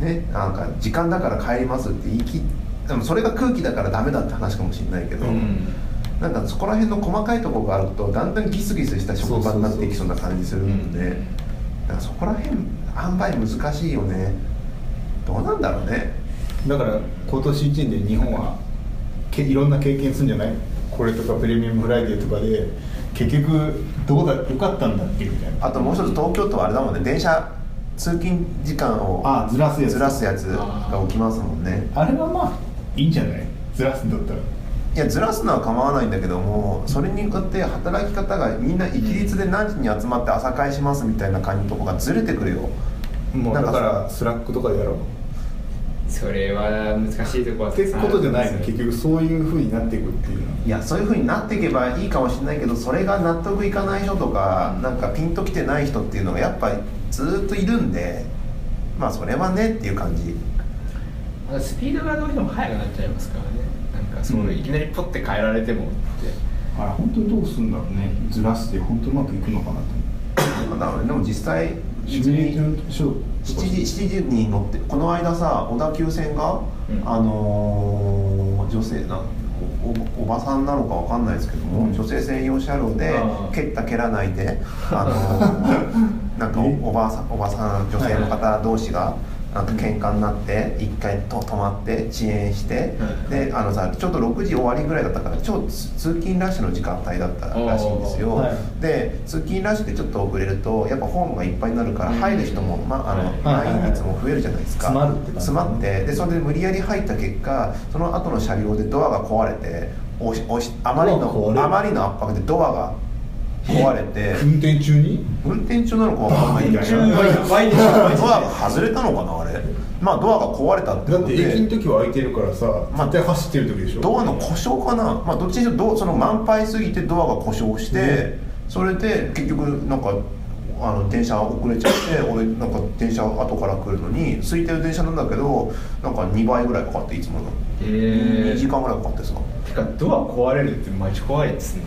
Speaker 2: ねなんか時間だから帰りますって言い切っでもそれが空気だからダメだって話かもしれないけど、
Speaker 3: うん
Speaker 2: なんかそこら辺の細かいところがあるとだんだんギスギスした職場になっていきそうな感じするんで
Speaker 3: そうそうそう
Speaker 2: だからそこら辺塩梅難しいよねどうなんだろうね
Speaker 1: だから今年1年で日本はけいろんな経験するんじゃないこれとかプレミアムフライデーとかで結局どうだよかったんだっけみたいな
Speaker 2: あともう一つ東京都はあれだもんね電車通勤時間を
Speaker 1: あずらすやつ
Speaker 2: ずらすやつが起きますもんね
Speaker 1: あれはまあいいんじゃないずらすんだったら
Speaker 2: いやずらすのは構わないんだけどもそれによって働き方がみんな一律で何時に集まって朝会しますみたいな感じのとこがずれてくるよ
Speaker 1: もう
Speaker 2: なん
Speaker 1: だ
Speaker 2: か
Speaker 1: からスラックとかでやろう
Speaker 4: それは難しいとこは
Speaker 1: ってことじゃないの
Speaker 4: です
Speaker 1: 結
Speaker 4: よ
Speaker 1: 局そういうふうになっていくっていうのはい
Speaker 2: やそういうふうになっていけばいいかもしれないけどそれが納得いかない人とかなんかピンときてない人っていうのがやっぱりずーっといるんでまあそれはねっていう感じ
Speaker 4: まあスピードがどうしても速くなっちゃいますからねなんかそういういきなりポッて変えられてもって
Speaker 1: あれ本当にどうするんだろうねずらして本当にうまくいくのかなと思う
Speaker 2: だからでも実際
Speaker 1: シミュレーションしよう
Speaker 2: 7時 ,7 時に乗ってこの間さ小田急線が、
Speaker 4: うん
Speaker 2: あのー女性なおおおばさんなのかわかんないですけども、女性専用車両で
Speaker 4: あー
Speaker 2: 蹴った蹴らない で、あのーなんかおおばあさんおばさん女性の方同士が。なんか喧嘩になって一回と止まって遅延して、であのさちょっと6時終わりぐらいだったからちょうど通通勤ラッシュの時間帯だったらしいんですよ、
Speaker 1: おーはい
Speaker 2: で通勤ラッシュでちょっと遅れるとやっぱホームがいっぱいになるから入る人も、まあ、あの
Speaker 1: はい
Speaker 2: 満員率も増えるじゃないですか
Speaker 1: 詰まるって感じ
Speaker 2: 詰まってでそれで無理やり入った結果その後の車両でドアが壊れて押し押しあまり
Speaker 1: ドアが壊れ
Speaker 2: の
Speaker 1: る
Speaker 2: あまりの圧迫でドアが壊れて
Speaker 1: 運転中に
Speaker 2: 運転中なのかわかんないんだけど
Speaker 1: 運転
Speaker 4: 倍でしょ
Speaker 2: ドアが外れたのかなあれまあドアが壊れたって
Speaker 1: だ
Speaker 2: こ
Speaker 1: っ
Speaker 2: と
Speaker 1: て駅の
Speaker 2: で
Speaker 1: 時は空いてるからさ
Speaker 2: まあ
Speaker 1: 絶対走ってる時でしょ
Speaker 2: ドアの故障かなまあどっちにしろドアその満杯すぎてドアが故障して、
Speaker 1: ね
Speaker 2: それで結局なんかあの電車遅れちゃって俺なんか電車後から来るのに空いてる電車なんだけどなんか2倍ぐらいかかっていつもの2時間ぐらいかかってさ
Speaker 4: てかドア壊れるってマジ怖いですね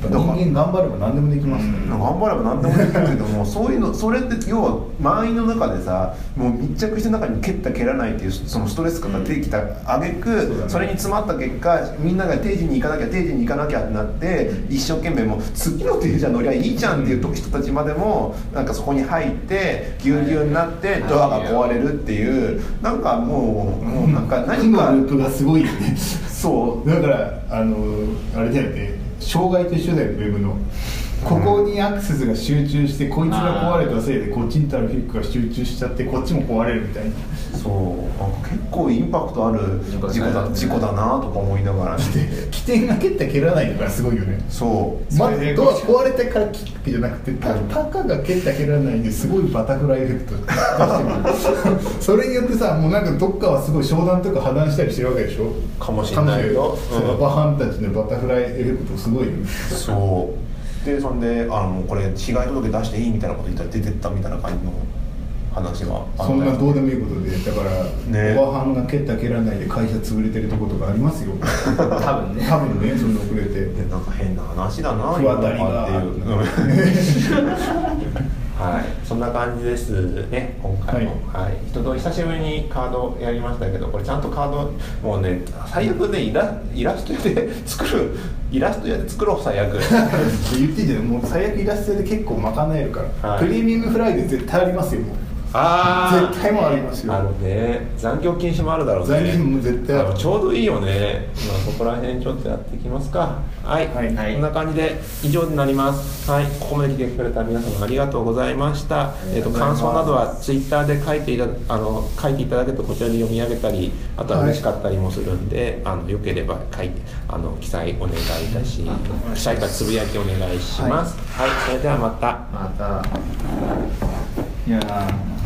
Speaker 1: 人間頑張れば何でもできますね
Speaker 2: 頑張れば何でもできるけどもそういうのそれって要は満員の中でさもう密着して中に蹴った蹴らないっていうそのストレス感が出てきた挙句
Speaker 1: そうだね
Speaker 2: それに詰まった結果みんなが定時に行かなきゃ定時に行かなきゃってなって一生懸命もう次の停車乗りゃいいじゃんっていうと人たちまでもなんかそこに入ってぎゅうぎゅうになってドアが壊れるっていうなんかもうもうなんか何
Speaker 1: 今
Speaker 2: か
Speaker 1: のループがすごいよね
Speaker 2: そう
Speaker 1: だからあのあれだよね障害と一緒だよウェブのここにアクセスが集中してこいつが壊れたせいでこっちにタルフィックが集中しちゃってこっちも壊れるみたいな
Speaker 2: そうなんか結構インパクトある事故
Speaker 4: 事故だ
Speaker 2: だ
Speaker 4: ね
Speaker 2: 事故だなとか思いながら見て。
Speaker 1: 起点が蹴った蹴らないのがすごいよね
Speaker 2: そう
Speaker 1: まずドア壊れてからキックじゃなくてたたかが蹴った蹴らないですごいバタフライエフェクト出してくる それによってさもうなんかどっかはすごい商談とか破談したりしてるわけでしょ
Speaker 2: かもしれないよ
Speaker 1: かもしれないそのバハンたちのバタフライエフェクトすごいよね
Speaker 2: そうでそんであのもうこれ被害届出していいみたいなこと言ったら出てったみたいな感じの話があ
Speaker 1: そんなど
Speaker 2: う
Speaker 1: うでもいいことでだから、
Speaker 2: ね
Speaker 1: おばはんが蹴った蹴らないで会社潰れてるとことかありますよ
Speaker 4: 多分ね
Speaker 1: 多分ねその遅れて
Speaker 2: でなんか変な話だな
Speaker 1: 不当たりが
Speaker 2: 今のかっていう、 はいそんな感じですね今回もはい、一通り久しぶりにカードやりましたけどこれちゃんとカードもうね最悪ねイライラスト屋で作るイラスト屋で作ろう 最悪
Speaker 1: 言っていいじゃんもう最悪イラストで結構賄えるから、
Speaker 2: はい
Speaker 1: プレミアムフライデー絶対ありますよもう
Speaker 2: あー
Speaker 1: 絶対もうありますよ
Speaker 2: あるね残業禁止もあるだろうね
Speaker 1: 残業禁止も絶対ある
Speaker 2: あのちょうどいいよね、まあ、そこら辺ちょっとやっていきますかはい、
Speaker 1: はいはい
Speaker 2: こんな感じで以上になりますはいここまで来てくれた皆様ありがとうございましたえっと感想などはツイッターで書いていたあの書いていただけるとこちらで読み上げたりあとは嬉しかったりもするんで、あのよければ書いてあの記載お願いいたし記載かつぶやきお願いしますはい、それではまた
Speaker 4: また
Speaker 1: いやー